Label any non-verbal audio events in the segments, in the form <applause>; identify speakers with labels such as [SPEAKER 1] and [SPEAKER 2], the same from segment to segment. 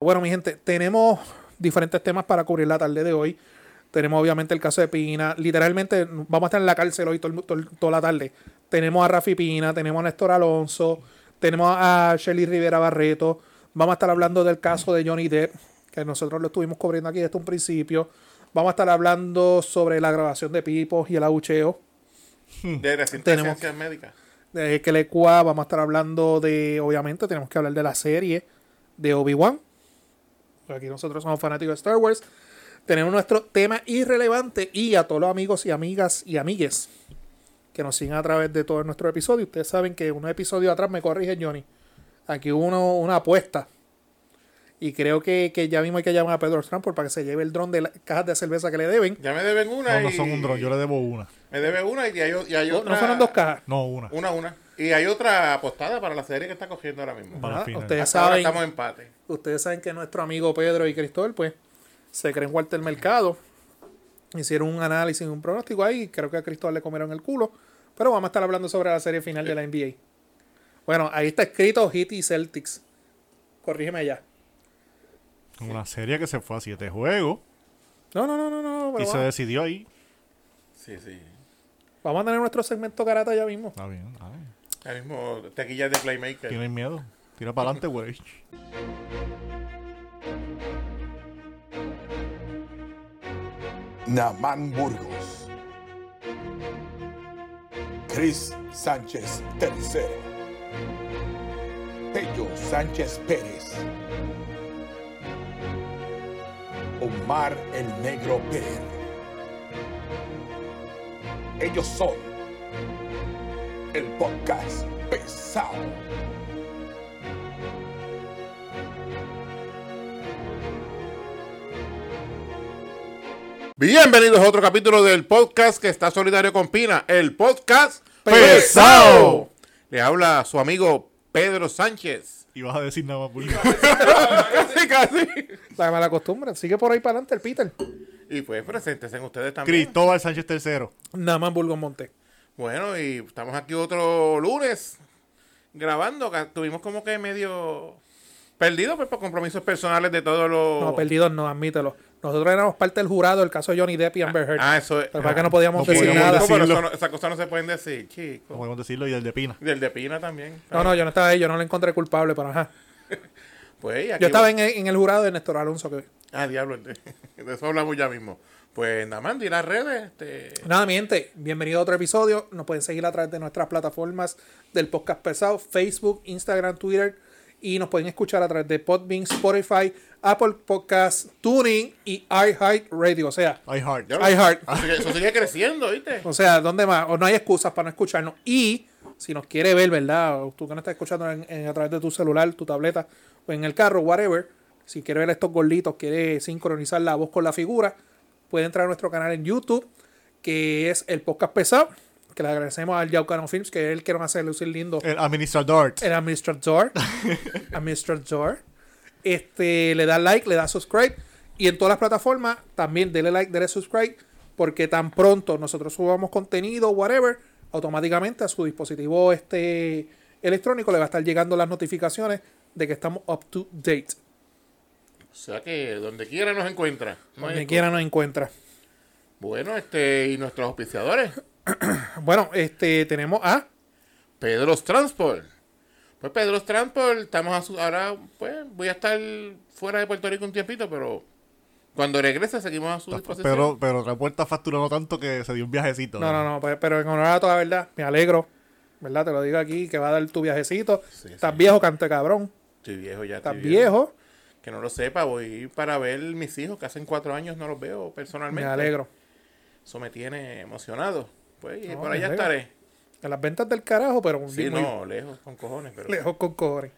[SPEAKER 1] Bueno, mi gente, tenemos diferentes temas para cubrir la tarde de hoy. Tenemos obviamente el caso de Pina. Literalmente vamos a estar en la cárcel hoy tol- tol- toda la tarde. Tenemos a Rafi Pina, tenemos a Néstor Alonso, tenemos a Shelly Rivera Barreto. Vamos a estar hablando del caso de Johnny Depp, que nosotros lo estuvimos cubriendo aquí desde un principio. Vamos a estar hablando sobre la grabación de Pipos y el abucheo.
[SPEAKER 2] De reciente
[SPEAKER 1] Tenemos-
[SPEAKER 2] ciencias médicas.
[SPEAKER 1] De Kelecua, vamos E a estar hablando de, obviamente, tenemos que hablar de la serie de Obi-Wan. Aquí nosotros somos fanáticos de Star Wars. Tenemos nuestro tema irrelevante y a todos los amigos y amigas y amigues que nos siguen a través de todo nuestro episodio. Ustedes saben que un episodio atrás me corrige Johnny. Aquí hubo uno- una apuesta. Y creo que, que ya mismo hay que llamar a Pedro Transport para que se lleve el dron de las cajas de cerveza que le deben.
[SPEAKER 2] Ya me deben una
[SPEAKER 3] No, no
[SPEAKER 2] y-
[SPEAKER 3] son un dron, yo le debo una.
[SPEAKER 2] Me debe una y ya yo, ya yo
[SPEAKER 1] No fueron dos cajas.
[SPEAKER 3] No, una.
[SPEAKER 2] Una, una. Y hay otra apostada para la serie que está cogiendo ahora mismo.
[SPEAKER 3] Para
[SPEAKER 1] Ah,
[SPEAKER 3] el final.
[SPEAKER 1] Ustedes
[SPEAKER 2] Hasta ahora
[SPEAKER 1] saben.
[SPEAKER 2] estamos en empate.
[SPEAKER 1] Ustedes saben que nuestro amigo Pedro y Cristóbal, pues, se creen Walter Mercado. Hicieron un análisis, un pronóstico ahí. y Creo que a Cristóbal le comieron el culo. Pero vamos a estar hablando sobre la serie final de la NBA. Bueno, ahí está escrito Heat y Celtics. Corrígeme ya.
[SPEAKER 3] Una serie que se fue a siete juegos
[SPEAKER 1] No, no, no, no, no.
[SPEAKER 3] y
[SPEAKER 1] pero
[SPEAKER 3] se
[SPEAKER 1] vamos,
[SPEAKER 3] decidió ahí.
[SPEAKER 2] Sí, sí.
[SPEAKER 1] vamos a tener nuestro segmento karata ya mismo.
[SPEAKER 3] Está bien, está bien.
[SPEAKER 2] Ahora mismo tequillas de Playmaker.
[SPEAKER 3] Tienen miedo. Tira para adelante, güey.
[SPEAKER 4] Namán Burgos. Chris Sánchez III. Tello Sánchez Pérez. Omar el Negro Pérez. Ellos son el podcast pesado.
[SPEAKER 2] Bienvenidos a otro capítulo del podcast que está solidario con Pina, el podcast
[SPEAKER 1] Pesado.
[SPEAKER 2] Le habla su amigo Pedro Sánchez. <laughs>
[SPEAKER 3] Y vas a decir nada más, Burgos.
[SPEAKER 2] casi, casi.
[SPEAKER 1] La mala costumbre. Sigue por ahí para adelante el Peter.
[SPEAKER 2] Y pues preséntense ustedes también.
[SPEAKER 3] Cristóbal Sánchez III.
[SPEAKER 1] Nada más Burgos Monte.
[SPEAKER 2] Bueno, y estamos aquí otro lunes grabando. que Tuvimos como que medio perdido pues, por compromisos personales de todos los.
[SPEAKER 1] No, perdidos no, admítelo. Nosotros éramos parte del jurado del caso de Johnny Depp y Amber Heard.
[SPEAKER 2] Ah, eso es.
[SPEAKER 1] Pero para que no podíamos
[SPEAKER 3] no
[SPEAKER 1] decir
[SPEAKER 2] Sí,
[SPEAKER 3] podíamos
[SPEAKER 1] nada.
[SPEAKER 2] no, pero
[SPEAKER 3] decirlo.
[SPEAKER 2] eso no- esas cosas no se pueden decir,
[SPEAKER 3] No
[SPEAKER 2] chicos.
[SPEAKER 3] podemos decirlo, y el de Pina.
[SPEAKER 2] Del de Pina también.
[SPEAKER 1] No, no, yo no estaba ahí, yo no lo encontré culpable, pero ajá.
[SPEAKER 2] Pues, y aquí
[SPEAKER 1] Yo estaba en el, en el jurado de Néstor Alonso. Que...
[SPEAKER 2] Ah, diablo, de <laughs> de eso hablamos ya mismo. Pues nada más, di las redes. Este...
[SPEAKER 1] Nada, mi gente, bienvenido a otro episodio. Nos pueden seguir a través de nuestras plataformas del podcast pesado, Facebook, Instagram, Twitter. Y nos pueden escuchar a través de Podbean, Spotify, Apple Podcasts, Tuning y iHeartRadio. O sea,
[SPEAKER 3] I heart.
[SPEAKER 2] Ya-
[SPEAKER 1] iHeart.
[SPEAKER 2] Eso sigue, eso sigue creciendo, ¿viste?
[SPEAKER 1] O sea, ¿dónde más? O no hay excusas para no escucharnos. Y si nos quiere ver, ¿verdad? O tú que nos estás escuchando en- en- a través de tu celular, tu tableta o en el carro, whatever. Si quiere ver estos gorlitos, quiere sincronizar la voz con la figura, puede entrar a nuestro canal en YouTube, que es el podcast pesado, que le agradecemos al Yaucano Films, que es el que nos hace lucir lindo
[SPEAKER 3] El administrador.
[SPEAKER 1] el administrador. administrador. Este, le da like, le da subscribe. Y en todas las plataformas también dele like, dele subscribe. Porque tan pronto nosotros subamos contenido, whatever, automáticamente a su dispositivo este, electrónico le va a estar llegando las notificaciones de que estamos up to date.
[SPEAKER 2] O sea que donde quiera nos encuentra. No hay-
[SPEAKER 1] Donde quiera nos encuentra.
[SPEAKER 2] Bueno, este, y nuestros auspiciadores.
[SPEAKER 1] Bueno, este, tenemos a
[SPEAKER 2] Pedro's Transport. Pues Pedro's Transport, estamos a su- ahora, pues voy a estar fuera de Puerto Rico un tiempito, pero cuando regrese seguimos a su disposición.
[SPEAKER 3] Pero, pero otra puerta facturó tanto que se dio un viajecito.
[SPEAKER 1] No, no, no, pe- pero en honor a toda verdad, me alegro, ¿verdad? Te lo digo aquí, que va a dar tu viajecito.
[SPEAKER 2] Sí,
[SPEAKER 1] estás
[SPEAKER 2] sí.
[SPEAKER 1] viejo, cante cabrón.
[SPEAKER 2] Estoy viejo ya.
[SPEAKER 1] Estás
[SPEAKER 2] estoy
[SPEAKER 1] viejo.
[SPEAKER 2] Que no lo sepa, voy para ver mis hijos, que hace cuatro años no los veo
[SPEAKER 1] Me
[SPEAKER 2] personalmente.
[SPEAKER 1] alegro.
[SPEAKER 2] Eso me tiene emocionado. Pues y
[SPEAKER 1] No,
[SPEAKER 2] por
[SPEAKER 1] me
[SPEAKER 2] allá
[SPEAKER 1] alegro.
[SPEAKER 2] estaré.
[SPEAKER 1] En las ventas del carajo, pero muy
[SPEAKER 2] Sí, no, lejos, con cojones, pero
[SPEAKER 1] lejos con cojones.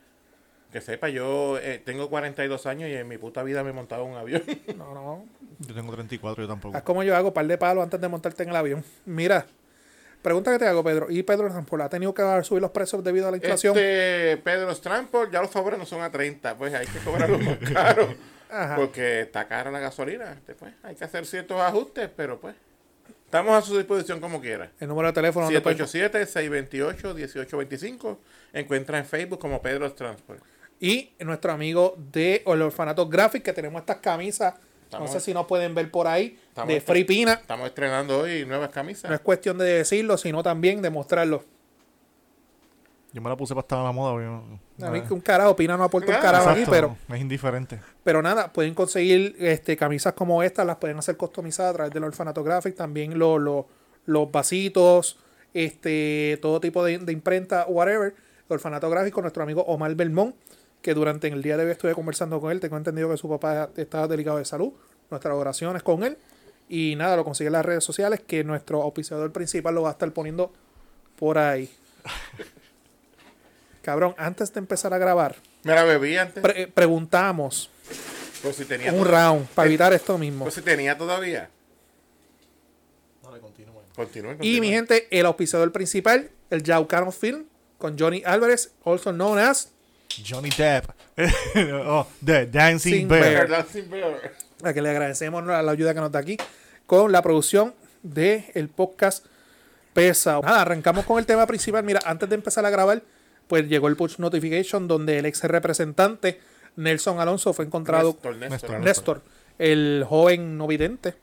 [SPEAKER 2] que sepa, yo eh, tengo 42 años y en mi puta vida me he montado en un avión.
[SPEAKER 1] No, no.
[SPEAKER 3] Yo tengo 34, yo tampoco.
[SPEAKER 1] Haz como yo hago, par de palos antes de montarte en el avión. Mira, pregunta que te hago, Pedro. ¿Y Pedro Transport ha tenido que subir los precios debido a la <laughs> inflación?
[SPEAKER 2] Este, Pedro Transport, ya los favores no son a 30, pues hay que cobrarlos más <laughs> caro.
[SPEAKER 1] Ajá.
[SPEAKER 2] Porque está cara la gasolina. este, pues, hay que hacer ciertos ajustes, pero pues estamos a su disposición como quiera.
[SPEAKER 1] El número de teléfono. donde pueden-
[SPEAKER 2] 787-628-1825. Encuentra en Facebook como Pedro Transport.
[SPEAKER 1] Y nuestro amigo de el Orfanato Graphic, que tenemos estas camisas.
[SPEAKER 2] Estamos-
[SPEAKER 1] no sé si nos pueden ver por ahí.
[SPEAKER 2] Estamos
[SPEAKER 1] de
[SPEAKER 2] estre-
[SPEAKER 1] Free Pina.
[SPEAKER 2] Estamos estrenando hoy nuevas
[SPEAKER 1] No es
[SPEAKER 2] camisas.
[SPEAKER 1] cuestión de decirlo, sino también de mostrarlo.
[SPEAKER 3] Yo me la puse para estar a la moda. pero-
[SPEAKER 1] A
[SPEAKER 2] Ah.
[SPEAKER 1] mí que un carajo, Pina no aporta un carajo aquí,
[SPEAKER 3] Exacto,
[SPEAKER 1] pero,
[SPEAKER 3] me Es indiferente.
[SPEAKER 1] pero nada, pueden conseguir este, camisas como estas, las pueden hacer customizadas a través del Orfanato Graphic, también lo- lo- los vasitos, este, todo tipo de, de imprenta, whatever. Orfanato Gráfico, nuestro amigo Omar Belmont, que durante el día de hoy estuve conversando con él, tengo entendido que su papá estaba delicado de salud, nuestras oraciones con él. Y nada, lo consigue en las redes sociales, que nuestro auspiciador principal lo va a estar poniendo por ahí. Cabrón, antes de empezar a grabar,
[SPEAKER 2] Me la bebí antes.
[SPEAKER 1] pre- eh, preguntamos
[SPEAKER 2] Por si tenía,
[SPEAKER 1] un round para evitar esto mismo.
[SPEAKER 2] por si tenía todavía. Continúe,
[SPEAKER 1] Y
[SPEAKER 2] continúe.
[SPEAKER 1] mi gente, el auspiciador principal, el Yaucano Film, con Johnny Álvarez, also known as,
[SPEAKER 3] Johnny Depp. <laughs> oh, The Dancing
[SPEAKER 1] Sin
[SPEAKER 3] Bear.
[SPEAKER 1] Bear.
[SPEAKER 2] Verdad, sin ver.
[SPEAKER 1] a que le agradecemos la la ayuda que nos da aquí, con la producción del el podcast Pesado. Nada, arrancamos con el tema principal. Mira, antes de empezar a grabar, pues llegó el push notification donde el ex representante Nelson Alonso fue encontrado,
[SPEAKER 2] Néstor, Néstor.
[SPEAKER 3] Néstor.
[SPEAKER 1] Néstor, el joven no vidente,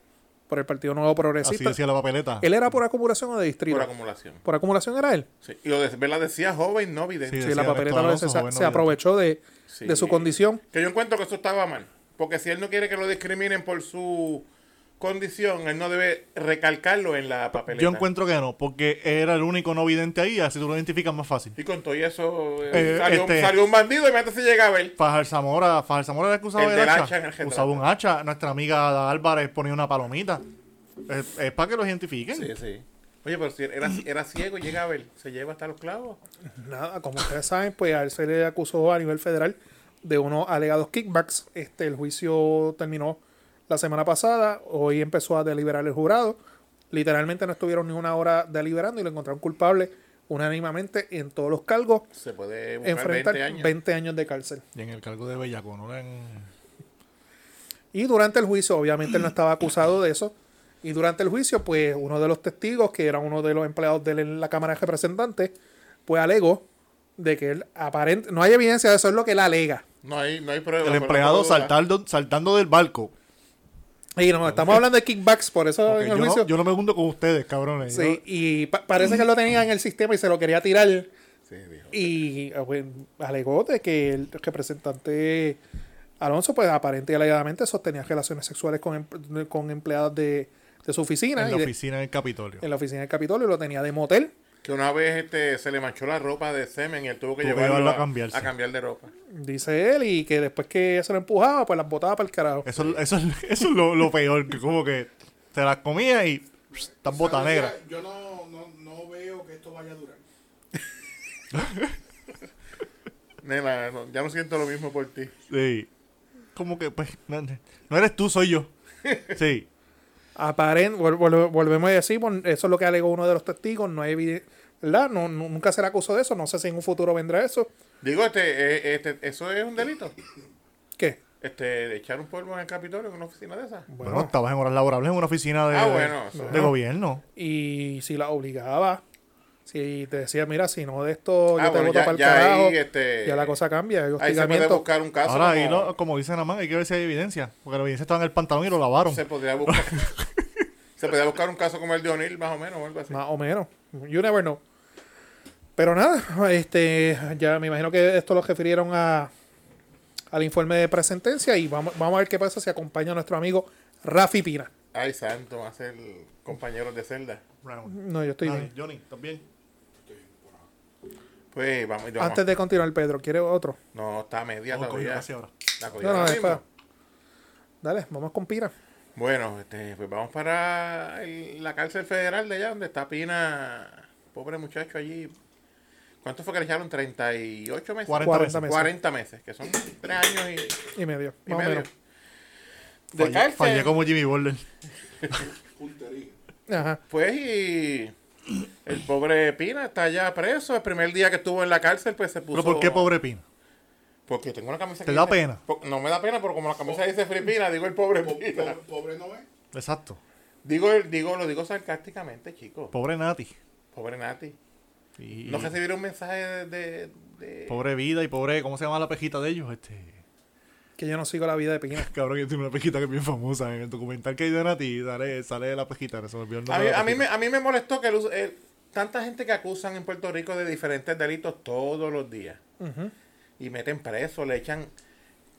[SPEAKER 1] por el Partido Nuevo
[SPEAKER 3] Así
[SPEAKER 1] Progresista.
[SPEAKER 3] decía la papeleta.
[SPEAKER 1] ¿Él era por acumulación o de distrito?
[SPEAKER 2] Por acumulación.
[SPEAKER 1] Por acumulación era él.
[SPEAKER 2] Sí. Y lo de Vela decía joven, no vidente.
[SPEAKER 1] Sí,
[SPEAKER 3] Decía
[SPEAKER 1] la papeleta
[SPEAKER 3] Néstor
[SPEAKER 1] López se,
[SPEAKER 3] Alonso, joven
[SPEAKER 1] se
[SPEAKER 3] novio.
[SPEAKER 1] aprovechó de,
[SPEAKER 2] Sí.
[SPEAKER 1] de su condición.
[SPEAKER 2] Que yo encuentro que eso estaba mal. Porque si él no quiere que lo discriminen por su condición, él no debe recalcarlo en la papeleta.
[SPEAKER 3] Yo encuentro que no, porque era el único no vidente ahí, así tú lo identificas más fácil.
[SPEAKER 2] Y con todo y eso, eh,
[SPEAKER 3] Eh,
[SPEAKER 2] salió,
[SPEAKER 3] este-
[SPEAKER 2] salió un bandido y antes se llegaba él.
[SPEAKER 3] Fajar Zamora, Fajar Zamora era el que usaba
[SPEAKER 2] El
[SPEAKER 3] el,
[SPEAKER 2] del
[SPEAKER 3] hacha.
[SPEAKER 2] hacha en el retrato.
[SPEAKER 3] usaba un hacha. Nuestra amiga Álvarez ponía una palomita. Es, para que los identifiquen.
[SPEAKER 2] Sí, sí. Oye, pero si era, era ciego y llegaba él, se lleva hasta los clavos.
[SPEAKER 1] Nada, como ustedes saben, pues a él se le acusó a nivel federal de unos alegados kickbacks. Este, el juicio terminó la semana pasada. Hoy empezó a deliberar el jurado. Literalmente no estuvieron ni una hora deliberando y lo encontraron culpable unánimemente en todos los cargos.
[SPEAKER 2] Se puede buscar
[SPEAKER 1] Enfrentar
[SPEAKER 2] 20 años.
[SPEAKER 1] de cárcel.
[SPEAKER 3] Y en el cargo de Bellaco, no en...
[SPEAKER 1] Y durante el juicio, obviamente él no estaba acusado de eso. Y durante el juicio, pues uno de los testigos, que era uno de los empleados de él en la Cámara de Representantes, pues alegó de que él aparente, no hay evidencia de eso, es lo que él alega.
[SPEAKER 2] No hay, no hay prueba.
[SPEAKER 3] El empleado
[SPEAKER 2] saltar
[SPEAKER 3] saltando, saltando del barco.
[SPEAKER 1] Y no, estamos hablando de kickbacks, por eso
[SPEAKER 3] Porque
[SPEAKER 1] en
[SPEAKER 3] yo,
[SPEAKER 1] el juicio.
[SPEAKER 3] no, yo no me junto con ustedes, cabrones.
[SPEAKER 1] sí, y pa- parece que lo tenía en el sistema y se lo quería tirar.
[SPEAKER 2] Sí, dijo.
[SPEAKER 1] Y eh, pues, alegó de que el representante Alonso, pues aparente y alegadamente sostenía relaciones sexuales con, em- con empleadas de, de su
[SPEAKER 3] Yo-
[SPEAKER 1] oficina.
[SPEAKER 3] en
[SPEAKER 1] y
[SPEAKER 3] la
[SPEAKER 1] de-
[SPEAKER 3] oficina del Capitolio.
[SPEAKER 1] en la oficina del Capitolio y lo tenía de motel.
[SPEAKER 2] Que una vez este, se le manchó la ropa de semen y él tuvo que
[SPEAKER 3] Tuvo que
[SPEAKER 2] llevarlo,
[SPEAKER 3] llevarlo a
[SPEAKER 2] a,
[SPEAKER 3] cambiarse.
[SPEAKER 2] a cambiar de ropa.
[SPEAKER 1] Dice él, y que después que se lo empujaba, pues las botaba para el
[SPEAKER 2] <laughs>
[SPEAKER 1] carajo.
[SPEAKER 3] Eso, eso, <laughs> eso es lo, lo peor, que como que te las comías y pss, estás bota negra.
[SPEAKER 5] Yo no, no, no veo que esto vaya a durar.
[SPEAKER 2] Nena, no- ya no siento lo mismo por ti.
[SPEAKER 3] Sí. Como que, pues, no, no eres tú,
[SPEAKER 2] <laughs>
[SPEAKER 3] soy yo. Sí.
[SPEAKER 1] Aparent, vol- vol- volvemos a decir, bueno, eso es lo que alegó uno de los testigos, no hay evide- ¿verdad? No, nu- nunca se le acusó de eso, no sé si en un futuro vendrá eso.
[SPEAKER 2] Digo, este, eh, este, eso es un delito.
[SPEAKER 1] ¿Qué?
[SPEAKER 2] Este, de echar un polvo en el Capitolio en una oficina de esas.
[SPEAKER 3] Bueno, estabas en horas laborables en una oficina de,
[SPEAKER 2] Ah, bueno, eso.
[SPEAKER 3] de gobierno.
[SPEAKER 1] Y si la obligaba, si te decía, mira, si no de esto,
[SPEAKER 2] Ah,
[SPEAKER 1] yo te
[SPEAKER 2] bueno,
[SPEAKER 1] voto
[SPEAKER 2] ya-
[SPEAKER 1] para el
[SPEAKER 2] ya
[SPEAKER 1] carajo,
[SPEAKER 2] ahí, este,
[SPEAKER 1] ya la cosa cambia. hay
[SPEAKER 2] Ahí se puede
[SPEAKER 1] hostigamiento.
[SPEAKER 2] buscar un caso.
[SPEAKER 3] Ahora,
[SPEAKER 2] como-
[SPEAKER 3] ahí, lo- como dice nada más, hay que ver si hay evidencia. Porque la evidencia estaba en el pantalón y lo lavaron.
[SPEAKER 2] se
[SPEAKER 1] <laughs>
[SPEAKER 2] podría buscar. se podría buscar un caso como el de O'Neill, más o menos, o algo así.
[SPEAKER 1] Este, Más o menos. You never know. Pero nada, este, ya me imagino que esto lo refirieron a, al informe de presentencia y vamos, vamos a ver qué pasa si acompaña a nuestro amigo Rafi Pina.
[SPEAKER 2] Ay, santo, va a ser compañeros de celda.
[SPEAKER 3] Brown.
[SPEAKER 1] No, yo
[SPEAKER 2] Ah,
[SPEAKER 1] estoy bien.
[SPEAKER 3] Johnny, también.
[SPEAKER 2] Pues vamos, vamos.
[SPEAKER 1] Antes de continuar, Pedro, ¿quiere otro?
[SPEAKER 2] No, está media todavía.
[SPEAKER 3] ahora.
[SPEAKER 2] La cogí
[SPEAKER 1] No, no,
[SPEAKER 2] ahora mismo.
[SPEAKER 1] espera. Dale, vamos con Pina.
[SPEAKER 2] Bueno, este, pues vamos para el- la cárcel federal de allá, donde está Pina, pobre muchacho allí. ¿Cuánto fue que le echaron? ¿38 meses?
[SPEAKER 3] 40,
[SPEAKER 1] 40
[SPEAKER 3] meses.
[SPEAKER 1] meses.
[SPEAKER 2] 40 meses, que son 3 años y,
[SPEAKER 1] Y medio,
[SPEAKER 2] y
[SPEAKER 1] más o
[SPEAKER 2] medio.
[SPEAKER 1] menos.
[SPEAKER 2] De
[SPEAKER 3] Fallé-
[SPEAKER 2] cárcel.
[SPEAKER 3] fallé como Jimmy Butler.
[SPEAKER 5] Puntería.
[SPEAKER 1] Ajá.
[SPEAKER 2] Pues y el pobre Pina está allá preso. El primer día que estuvo en la cárcel, pues se puso...
[SPEAKER 3] ¿Pero por qué pobre Pina?
[SPEAKER 2] Porque tengo una camisa
[SPEAKER 3] ¿Te
[SPEAKER 2] que
[SPEAKER 3] da
[SPEAKER 2] dice-
[SPEAKER 3] pena?
[SPEAKER 2] po- No me da pena, pero como la camisa dice Free Pina, digo el pobre
[SPEAKER 5] Pobre,
[SPEAKER 2] Pina.
[SPEAKER 5] no es.
[SPEAKER 3] Exacto.
[SPEAKER 2] Digo, el- digo, lo digo sarcásticamente, chicos.
[SPEAKER 3] Pobre Nati.
[SPEAKER 2] Pobre Nati.
[SPEAKER 3] Y,
[SPEAKER 2] No recibieron un mensaje de, de- de-
[SPEAKER 3] Pobre vida y pobre, ¿cómo se llama la pejita de ellos? Este.
[SPEAKER 1] Que yo no sigo la vida de
[SPEAKER 2] <laughs>
[SPEAKER 1] Pina.
[SPEAKER 3] Cabrón, yo tengo una pejita que es bien famosa en el documental que hay de Nati. Sale, sale la pejita, se me olvidó el
[SPEAKER 2] A mí,
[SPEAKER 3] nombre. de la
[SPEAKER 2] a, mí
[SPEAKER 3] pejita.
[SPEAKER 2] me, a mí me molestó que el uso- el- tanta gente que acusan en Puerto Rico de diferentes delitos todos los días. Y meten preso, le echan...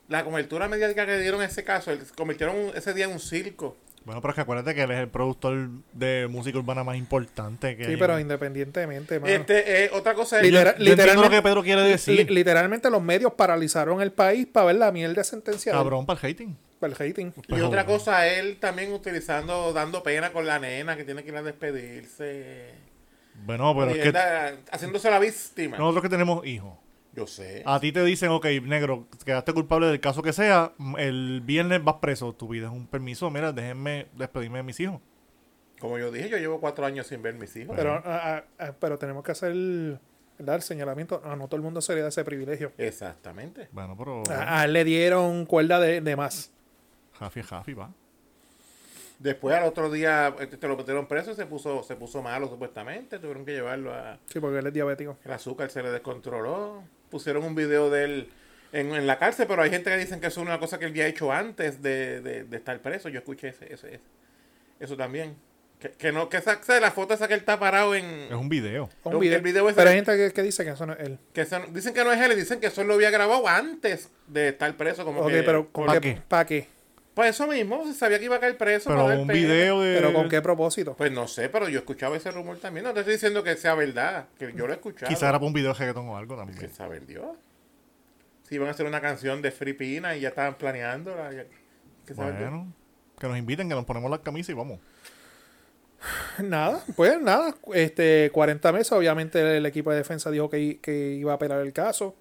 [SPEAKER 2] La cobertura mediática que dieron a ese caso, el- convirtieron un- ese día en un circo.
[SPEAKER 3] Bueno, pero es que acuérdate que él es el productor de música urbana más importante que
[SPEAKER 1] Sí,
[SPEAKER 3] hay.
[SPEAKER 1] pero independientemente, mano.
[SPEAKER 2] Este, eh, otra cosa es...
[SPEAKER 1] Lidera-
[SPEAKER 3] Yo entiendo lo que
[SPEAKER 1] literalmente-
[SPEAKER 3] Pedro quiere decir.
[SPEAKER 1] li- literalmente los medios paralizaron el país para ver la mierda sentenciada.
[SPEAKER 3] Cabrón, para el hating.
[SPEAKER 1] Para el hating.
[SPEAKER 2] Y otra cosa, él también utilizando, dando pena con la nena que tiene que ir a despedirse.
[SPEAKER 3] Bueno, pero
[SPEAKER 2] Y
[SPEAKER 3] es que
[SPEAKER 2] anda haciéndose la víctima.
[SPEAKER 3] nosotros que tenemos hijos.
[SPEAKER 2] Yo sé.
[SPEAKER 3] A ti te dicen, ok, negro, quedaste culpable del caso que sea, mm, el viernes vas preso, tu vida es un permiso, mira, déjenme despedirme de mis hijos.
[SPEAKER 2] Como yo dije, yo llevo cuatro años sin ver mis hijos.
[SPEAKER 1] Pero, ah, ah, ah, pero tenemos que hacer el, ¿verdad? el señalamiento. Ah, no todo el mundo se le da ese privilegio.
[SPEAKER 2] Exactamente.
[SPEAKER 3] Bueno, pero
[SPEAKER 1] A, a él le dieron cuerda de, de más.
[SPEAKER 3] Jafi es Jafi, va.
[SPEAKER 2] Después al otro día este, te lo metieron preso y se puso, se puso malo supuestamente. Tuvieron que llevarlo a...
[SPEAKER 1] Sí, porque él es diabético.
[SPEAKER 2] El azúcar se le descontroló. Pusieron un video de él en, en la cárcel, pero hay gente que dicen que eso es una cosa que él había hecho antes de, de- de estar preso. Yo escuché ese, ese- ese- eso también. Que, que no, que esa, esa- la foto esa que él está parado
[SPEAKER 3] Es
[SPEAKER 2] en...
[SPEAKER 3] un video.
[SPEAKER 1] Un
[SPEAKER 2] El-
[SPEAKER 1] video.
[SPEAKER 2] el video ese-
[SPEAKER 1] pero hay gente que, que dice que eso no es él.
[SPEAKER 2] Que eso no- dicen que no es él, y dicen que eso lo había grabado antes de estar preso. Como
[SPEAKER 1] Ok,
[SPEAKER 2] que-
[SPEAKER 1] pero ¿con
[SPEAKER 2] por-
[SPEAKER 1] ¿para
[SPEAKER 3] ¿pa'
[SPEAKER 1] qué?
[SPEAKER 3] qué?
[SPEAKER 1] ¿Para qué?
[SPEAKER 2] Pues eso mismo, se sabía que iba a caer preso.
[SPEAKER 3] Pero
[SPEAKER 2] para dar
[SPEAKER 3] un
[SPEAKER 2] pena.
[SPEAKER 3] video de...
[SPEAKER 1] ¿Pero con qué propósito? <laughs>
[SPEAKER 2] Pues no sé, pero yo escuchaba ese rumor también. No te estoy diciendo que sea verdad, que yo lo he escuchado.
[SPEAKER 3] Quizá era para un video de reggaetón o algo
[SPEAKER 2] ¿Quién
[SPEAKER 3] también.
[SPEAKER 2] sabe el Dios? Si iban a hacer una canción de Filipina y ya estaban planeándola. ya- ¿Quién sabe el Dios?
[SPEAKER 3] Bueno, que nos inviten, que nos ponemos las camisas y vamos.
[SPEAKER 1] Nada, pues nada. Este, 40 meses, obviamente el equipo de defensa dijo que, que iba a apelar el caso.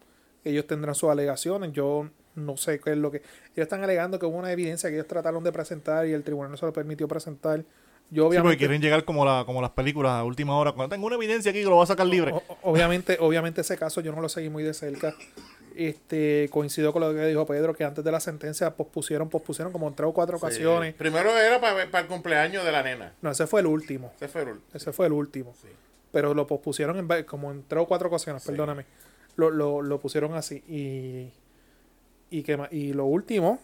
[SPEAKER 1] Ellos tendrán sus alegaciones. Yo no sé qué es lo que... Ellos están alegando que hubo una evidencia que ellos trataron de presentar y el tribunal no se lo permitió presentar. Yo
[SPEAKER 3] Sí, porque
[SPEAKER 1] obviamente...
[SPEAKER 3] quieren llegar como, la, como las películas a última hora. Cuando tengo una evidencia aquí que lo voy a sacar libre.
[SPEAKER 1] O- o- obviamente, obviamente ese caso yo no lo seguí muy de cerca. Este, coincido con lo que dijo Pedro, que antes de la sentencia pospusieron, pospusieron como en tres o cuatro ocasiones.
[SPEAKER 2] Sí. Primero era para, el cumpleaños de la nena.
[SPEAKER 1] No, ese fue el último.
[SPEAKER 2] Ese fue el último.
[SPEAKER 1] Ese fue el último. Pero lo pospusieron en va- como en tres o cuatro ocasiones, perdóname. Lo, lo, lo pusieron así. Y, y, que, ma- y lo último,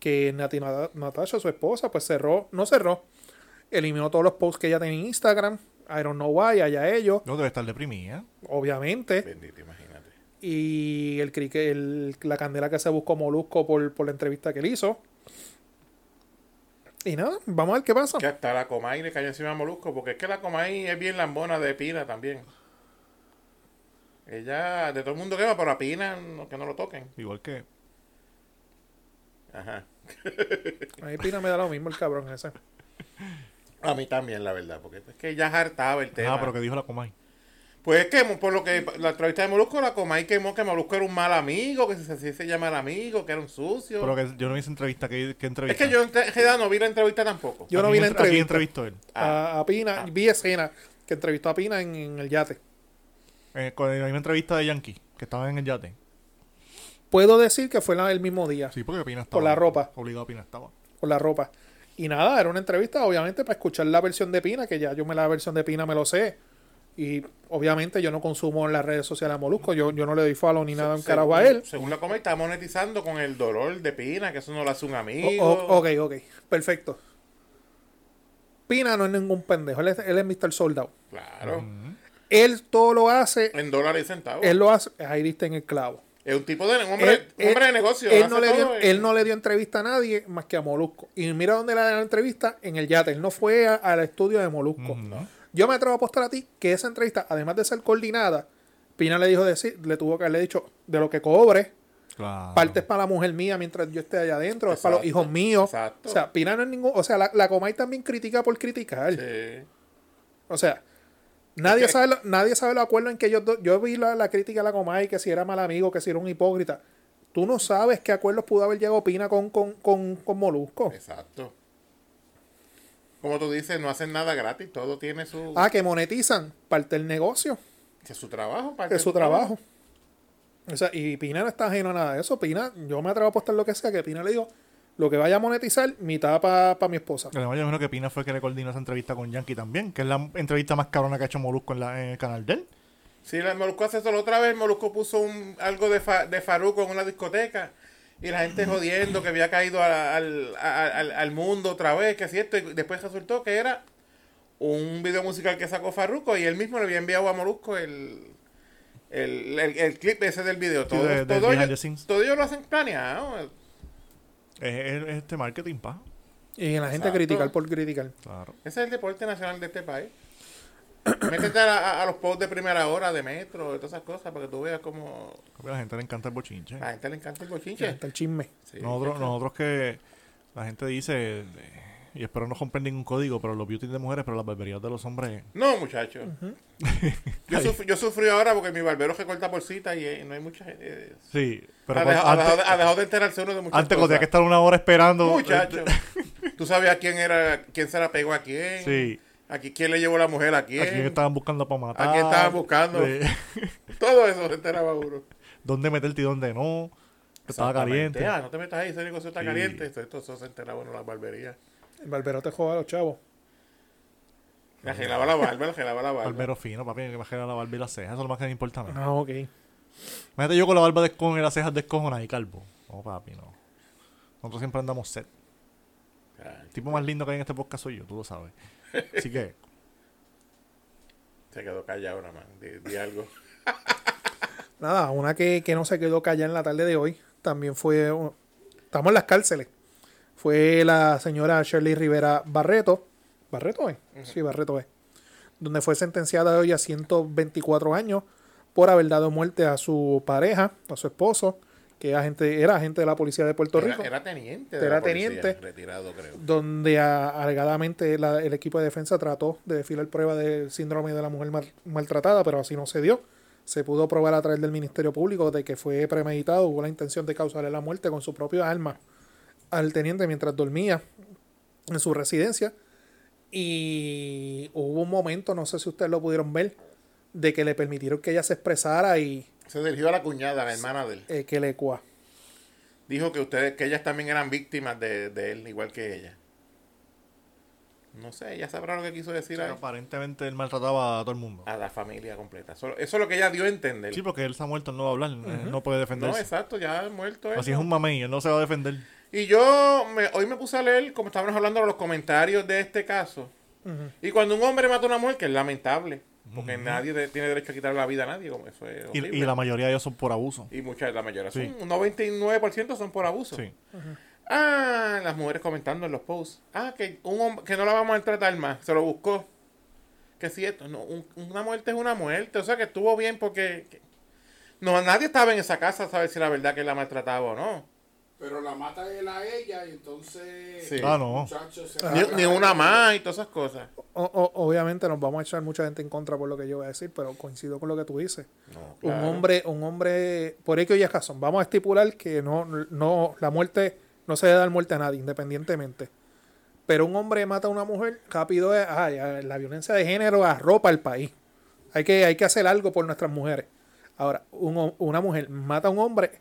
[SPEAKER 1] que Nati Nata- Natasha, su esposa, pues cerró, no cerró. Eliminó todos los posts que ella tenía en Instagram. I don't know why, allá ellos,
[SPEAKER 3] No, debe estar deprimida.
[SPEAKER 1] obviamente.
[SPEAKER 2] Bendito, imagínate.
[SPEAKER 1] y el, crique- el- la candela que se buscó Molusco por, por la entrevista que él hizo. Y nada, vamos a ver qué pasa.
[SPEAKER 2] Que hasta la Comay le cayó encima a Molusco, porque es que la Comay es bien lambona de Pina también. Ella, de todo el mundo que va, pero a Pina no- que no lo toquen.
[SPEAKER 3] Igual que...
[SPEAKER 2] Ajá.
[SPEAKER 1] A mí Pina me da lo mismo el cabrón ese.
[SPEAKER 2] A mí también, la verdad, porque es que ella hartaba el tema.
[SPEAKER 3] Ah, pero que dijo la Comay.
[SPEAKER 2] Pues es que por lo que la entrevista de Molusco, la Comay quemó que Molusco era un mal amigo, que si se hacía ese mal amigo, que era un sucio.
[SPEAKER 3] Pero que yo no hice entrevista. ¿Qué, qué
[SPEAKER 2] Es
[SPEAKER 3] entrevista?
[SPEAKER 2] que yo en realidad no vi la entrevista tampoco.
[SPEAKER 1] Yo no
[SPEAKER 3] ¿A
[SPEAKER 1] vi
[SPEAKER 3] quién
[SPEAKER 1] la
[SPEAKER 3] entre- a quién
[SPEAKER 1] entrevista.
[SPEAKER 3] entrevistó él?
[SPEAKER 1] A, a Pina, vi escena que entrevistó a Pina en, en el yate.
[SPEAKER 3] Eh, con la misma entrevista de Yankee, que estaba en el yate.
[SPEAKER 1] Puedo decir que fue la- el mismo día,
[SPEAKER 3] Sí, porque Pina estaba.
[SPEAKER 1] Con la ropa.
[SPEAKER 3] Obligado Pina estaba.
[SPEAKER 1] con la ropa. Y nada, era una entrevista, obviamente, para escuchar la versión de Pina, que ya yo me la versión de Pina me lo sé. Y obviamente yo no consumo en las redes sociales a Molusco, yo, yo no le doy follow ni nada un carajo a él.
[SPEAKER 2] Según la Comay, está monetizando con el dolor de Pina, que eso no lo hace un amigo.
[SPEAKER 1] O- o- ok, ok. Perfecto. Pina no es ningún pendejo. Él es, él es Mr. Soldado.
[SPEAKER 2] Claro.
[SPEAKER 1] Él todo lo hace.
[SPEAKER 2] En dólares y centavos.
[SPEAKER 1] Él lo hace. Ahí diste en el clavo.
[SPEAKER 2] es un tipo de un hombre,
[SPEAKER 1] él,
[SPEAKER 2] un hombre
[SPEAKER 1] él-
[SPEAKER 2] de negocio.
[SPEAKER 1] Él
[SPEAKER 2] hace
[SPEAKER 1] no, le dio,
[SPEAKER 2] todo en-
[SPEAKER 1] él no le dio entrevista a nadie más que a Molusco. Y mira dónde le dan la entrevista. En el yate. Él no fue a- al estudio de Molusco. Yo me atrevo a apostar a ti que esa entrevista, además de ser coordinada, Pina le dijo decir, le tuvo que haberle dicho de lo que cobre.
[SPEAKER 3] Claro.
[SPEAKER 1] Parte es para la mujer mía mientras yo esté allá adentro, es para los
[SPEAKER 2] Exacto,
[SPEAKER 1] hijos míos.
[SPEAKER 2] exacto.
[SPEAKER 1] O sea, Pina no es ningún. O sea, la, la Comay también critica por criticar.
[SPEAKER 2] Sí.
[SPEAKER 1] O sea, nadie,
[SPEAKER 2] Es que-
[SPEAKER 1] sabe lo- nadie sabe los acuerdos en que ellos dos- Yo vi la, la crítica a la Comay, que si era mal amigo, que si era un hipócrita. Tú no sabes qué acuerdos pudo haber llegado Pina con, con, con, con Molusco.
[SPEAKER 2] Exacto. Como tú dices, no hacen nada gratis, todo tiene su,
[SPEAKER 1] Ah, que monetizan parte del negocio,
[SPEAKER 2] que su trabajo. parte
[SPEAKER 1] es su
[SPEAKER 2] de trabajo.
[SPEAKER 1] trabajo. O sea, y Pina no está ajeno a nada de eso. Pina, yo me atrevo a apostar lo que sea, que Pina le digo, lo que vaya a monetizar, mitad para mi esposa.
[SPEAKER 3] Además, yo imagino que Pina fue el que le coordinó esa entrevista con Yankee también, que es la entrevista más cabrona que ha hecho Molusco en, la, en el canal de él.
[SPEAKER 2] Si la Molusco hace eso la otra vez, Molusco puso un, algo de, fa, de Faruco en una discoteca y la gente jodiendo que había caído a- al, a- al- al mundo otra vez, que es cierto, y después resultó que era un video musical que sacó Farruko y él mismo le había enviado a Molusco el, el, el- el clip ese del video.
[SPEAKER 3] Sí,
[SPEAKER 2] Todo,
[SPEAKER 3] de- del
[SPEAKER 2] todo,
[SPEAKER 3] behind the
[SPEAKER 2] ellos,
[SPEAKER 3] scenes.
[SPEAKER 2] todo ellos lo hacen planeado.
[SPEAKER 3] Es, es- es este marketing, pa.
[SPEAKER 1] Y la gente
[SPEAKER 2] Exacto.
[SPEAKER 1] criticar por criticar.
[SPEAKER 3] Claro.
[SPEAKER 2] Ese es el deporte nacional de este país. <coughs> Métete a, a- a los posts de primera hora, de metro, de todas esas cosas, para que tú veas cómo
[SPEAKER 3] A la gente le encanta el bochinche.
[SPEAKER 2] a la gente le encanta el
[SPEAKER 1] Ahí
[SPEAKER 2] bochinche.
[SPEAKER 1] Está el chisme.
[SPEAKER 2] Sí.
[SPEAKER 3] Nosotros, nosotros que la gente dice, eh, y espero no compren ningún código, pero los beauties de mujeres, pero las barberías de los hombres.
[SPEAKER 2] No, muchacho. yo, suf- yo sufrí ahora porque mi barbero recorta por cita y eh, no hay mucha gente. eh,
[SPEAKER 3] Sí, pero
[SPEAKER 2] ha,
[SPEAKER 3] cuando-
[SPEAKER 2] dejado, ha
[SPEAKER 3] antes,
[SPEAKER 2] dejado- ha dejado de enterarse uno de muchas
[SPEAKER 3] antes cuando
[SPEAKER 2] cosas.
[SPEAKER 3] tenía que estar una hora esperando. este,
[SPEAKER 2] Muchacho. Tú sabías quién era, quién se la pegó a quién.
[SPEAKER 3] Sí.
[SPEAKER 2] A qui- quién le llevó la mujer a
[SPEAKER 3] Aquí
[SPEAKER 2] quién.
[SPEAKER 3] estaban buscando para matar.
[SPEAKER 2] ¿A quién estaban buscando?
[SPEAKER 3] eh,
[SPEAKER 2] Todo eso se enteraba uno.
[SPEAKER 3] <laughs> ¿Dónde meterte y dónde no? que Estaba
[SPEAKER 2] Exactamente.
[SPEAKER 3] caliente.
[SPEAKER 2] Ah, no te metas ahí, ese negocio está
[SPEAKER 3] Sí.
[SPEAKER 2] caliente. Esto, esto se enteraba uno en la barbería.
[SPEAKER 1] El barbero te joda a los chavos.
[SPEAKER 3] Ah,
[SPEAKER 2] Le gelaba la barba, le gelaba la barba.
[SPEAKER 3] Barbero fino, papi, que me queda la barba y las cejas. Eso es lo más que me importa a mí.
[SPEAKER 1] Ah, ok.
[SPEAKER 3] Imagínate yo con la barba descon y las cejas descojonadas y calvo. No, papi, no. Nosotros siempre andamos set.
[SPEAKER 2] Ay,
[SPEAKER 3] El tipo más lindo que hay en este podcast soy yo, tú lo sabes. Así que,
[SPEAKER 2] se quedó callado nada más. Di, di algo.
[SPEAKER 1] Nada, una que, que no se quedó callada en la tarde de hoy también fue. Estamos en las cárceles. Fue la señora Shirley Rivera Barreto. ¿Barreto es? Sí, Barreto es. Donde fue sentenciada hoy a 124 años por haber dado muerte a su pareja, a su esposo, que era agente, era agente de la policía de Puerto
[SPEAKER 2] Era,
[SPEAKER 1] Rico.
[SPEAKER 2] era teniente.
[SPEAKER 1] Era
[SPEAKER 2] la policía,
[SPEAKER 1] teniente.
[SPEAKER 2] Retirado, creo.
[SPEAKER 1] donde a- alegadamente la- el equipo de defensa trató de desfilar prueba del síndrome de la mujer mal- maltratada, pero así no se dio. Se pudo probar a través del Ministerio Público de que fue premeditado, hubo la intención de causarle la muerte con su propio arma al teniente mientras dormía en su residencia. Y hubo un momento, no sé si ustedes lo pudieron ver, de que le permitieron que ella se expresara y
[SPEAKER 2] Se dirigió a la cuñada, la hermana de él.
[SPEAKER 1] eh, que le cua.
[SPEAKER 2] Dijo que ustedes, que ellas también eran víctimas de, de él, igual que ella. No sé, ella sabrá lo que quiso decir ahí. Ah,
[SPEAKER 3] aparentemente él maltrataba a todo el mundo.
[SPEAKER 2] a la familia completa. Solo- Eso es lo que ella dio a entender.
[SPEAKER 3] Sí, porque él se ha muerto, él no va a hablar, él no puede
[SPEAKER 2] no,
[SPEAKER 3] defenderse.
[SPEAKER 2] exacto, ya ha muerto él.
[SPEAKER 3] Así es un mamey, él no se va a defender.
[SPEAKER 2] Y yo me- hoy me puse a leer, como estábamos hablando, los comentarios de este caso. Y cuando un hombre mata a una mujer, que es lamentable, porque nadie de- tiene derecho a quitar la vida a nadie, como eso es
[SPEAKER 3] Y,
[SPEAKER 2] horrible.
[SPEAKER 3] y la mayoría de ellos son por abuso.
[SPEAKER 2] Y muchas, la mayoría,
[SPEAKER 3] Sí.
[SPEAKER 2] son, un 99% son por abuso.
[SPEAKER 3] Sí.
[SPEAKER 2] Ah, las mujeres comentando en los posts. Ah, que un hom- que no la vamos a tratar más. Se lo buscó. Que si esto, no, un- una muerte es una muerte. O sea que estuvo bien porque. que- no, nadie estaba en esa casa a saber si la verdad que la maltrataba o no.
[SPEAKER 5] Pero la mata él a ella y entonces.
[SPEAKER 2] Sí.
[SPEAKER 3] Ah, no.
[SPEAKER 5] Muchacho, se
[SPEAKER 2] Ni,
[SPEAKER 5] va a-
[SPEAKER 2] ni una más y todas esas cosas.
[SPEAKER 1] O- o- obviamente nos vamos a echar mucha gente en contra por lo que yo voy a decir, pero coincido con lo que tú dices. Un
[SPEAKER 2] claro.
[SPEAKER 1] hombre, un hombre, por X o Y razón, vamos a estipular que no, no, la muerte, no se debe dar muerte a nadie, independientemente. Pero un hombre mata a una mujer, rápido es, ay, a- la violencia de género arropa al país. Hay que, hay que hacer algo por nuestras mujeres. Ahora, un ho- una mujer mata a un hombre,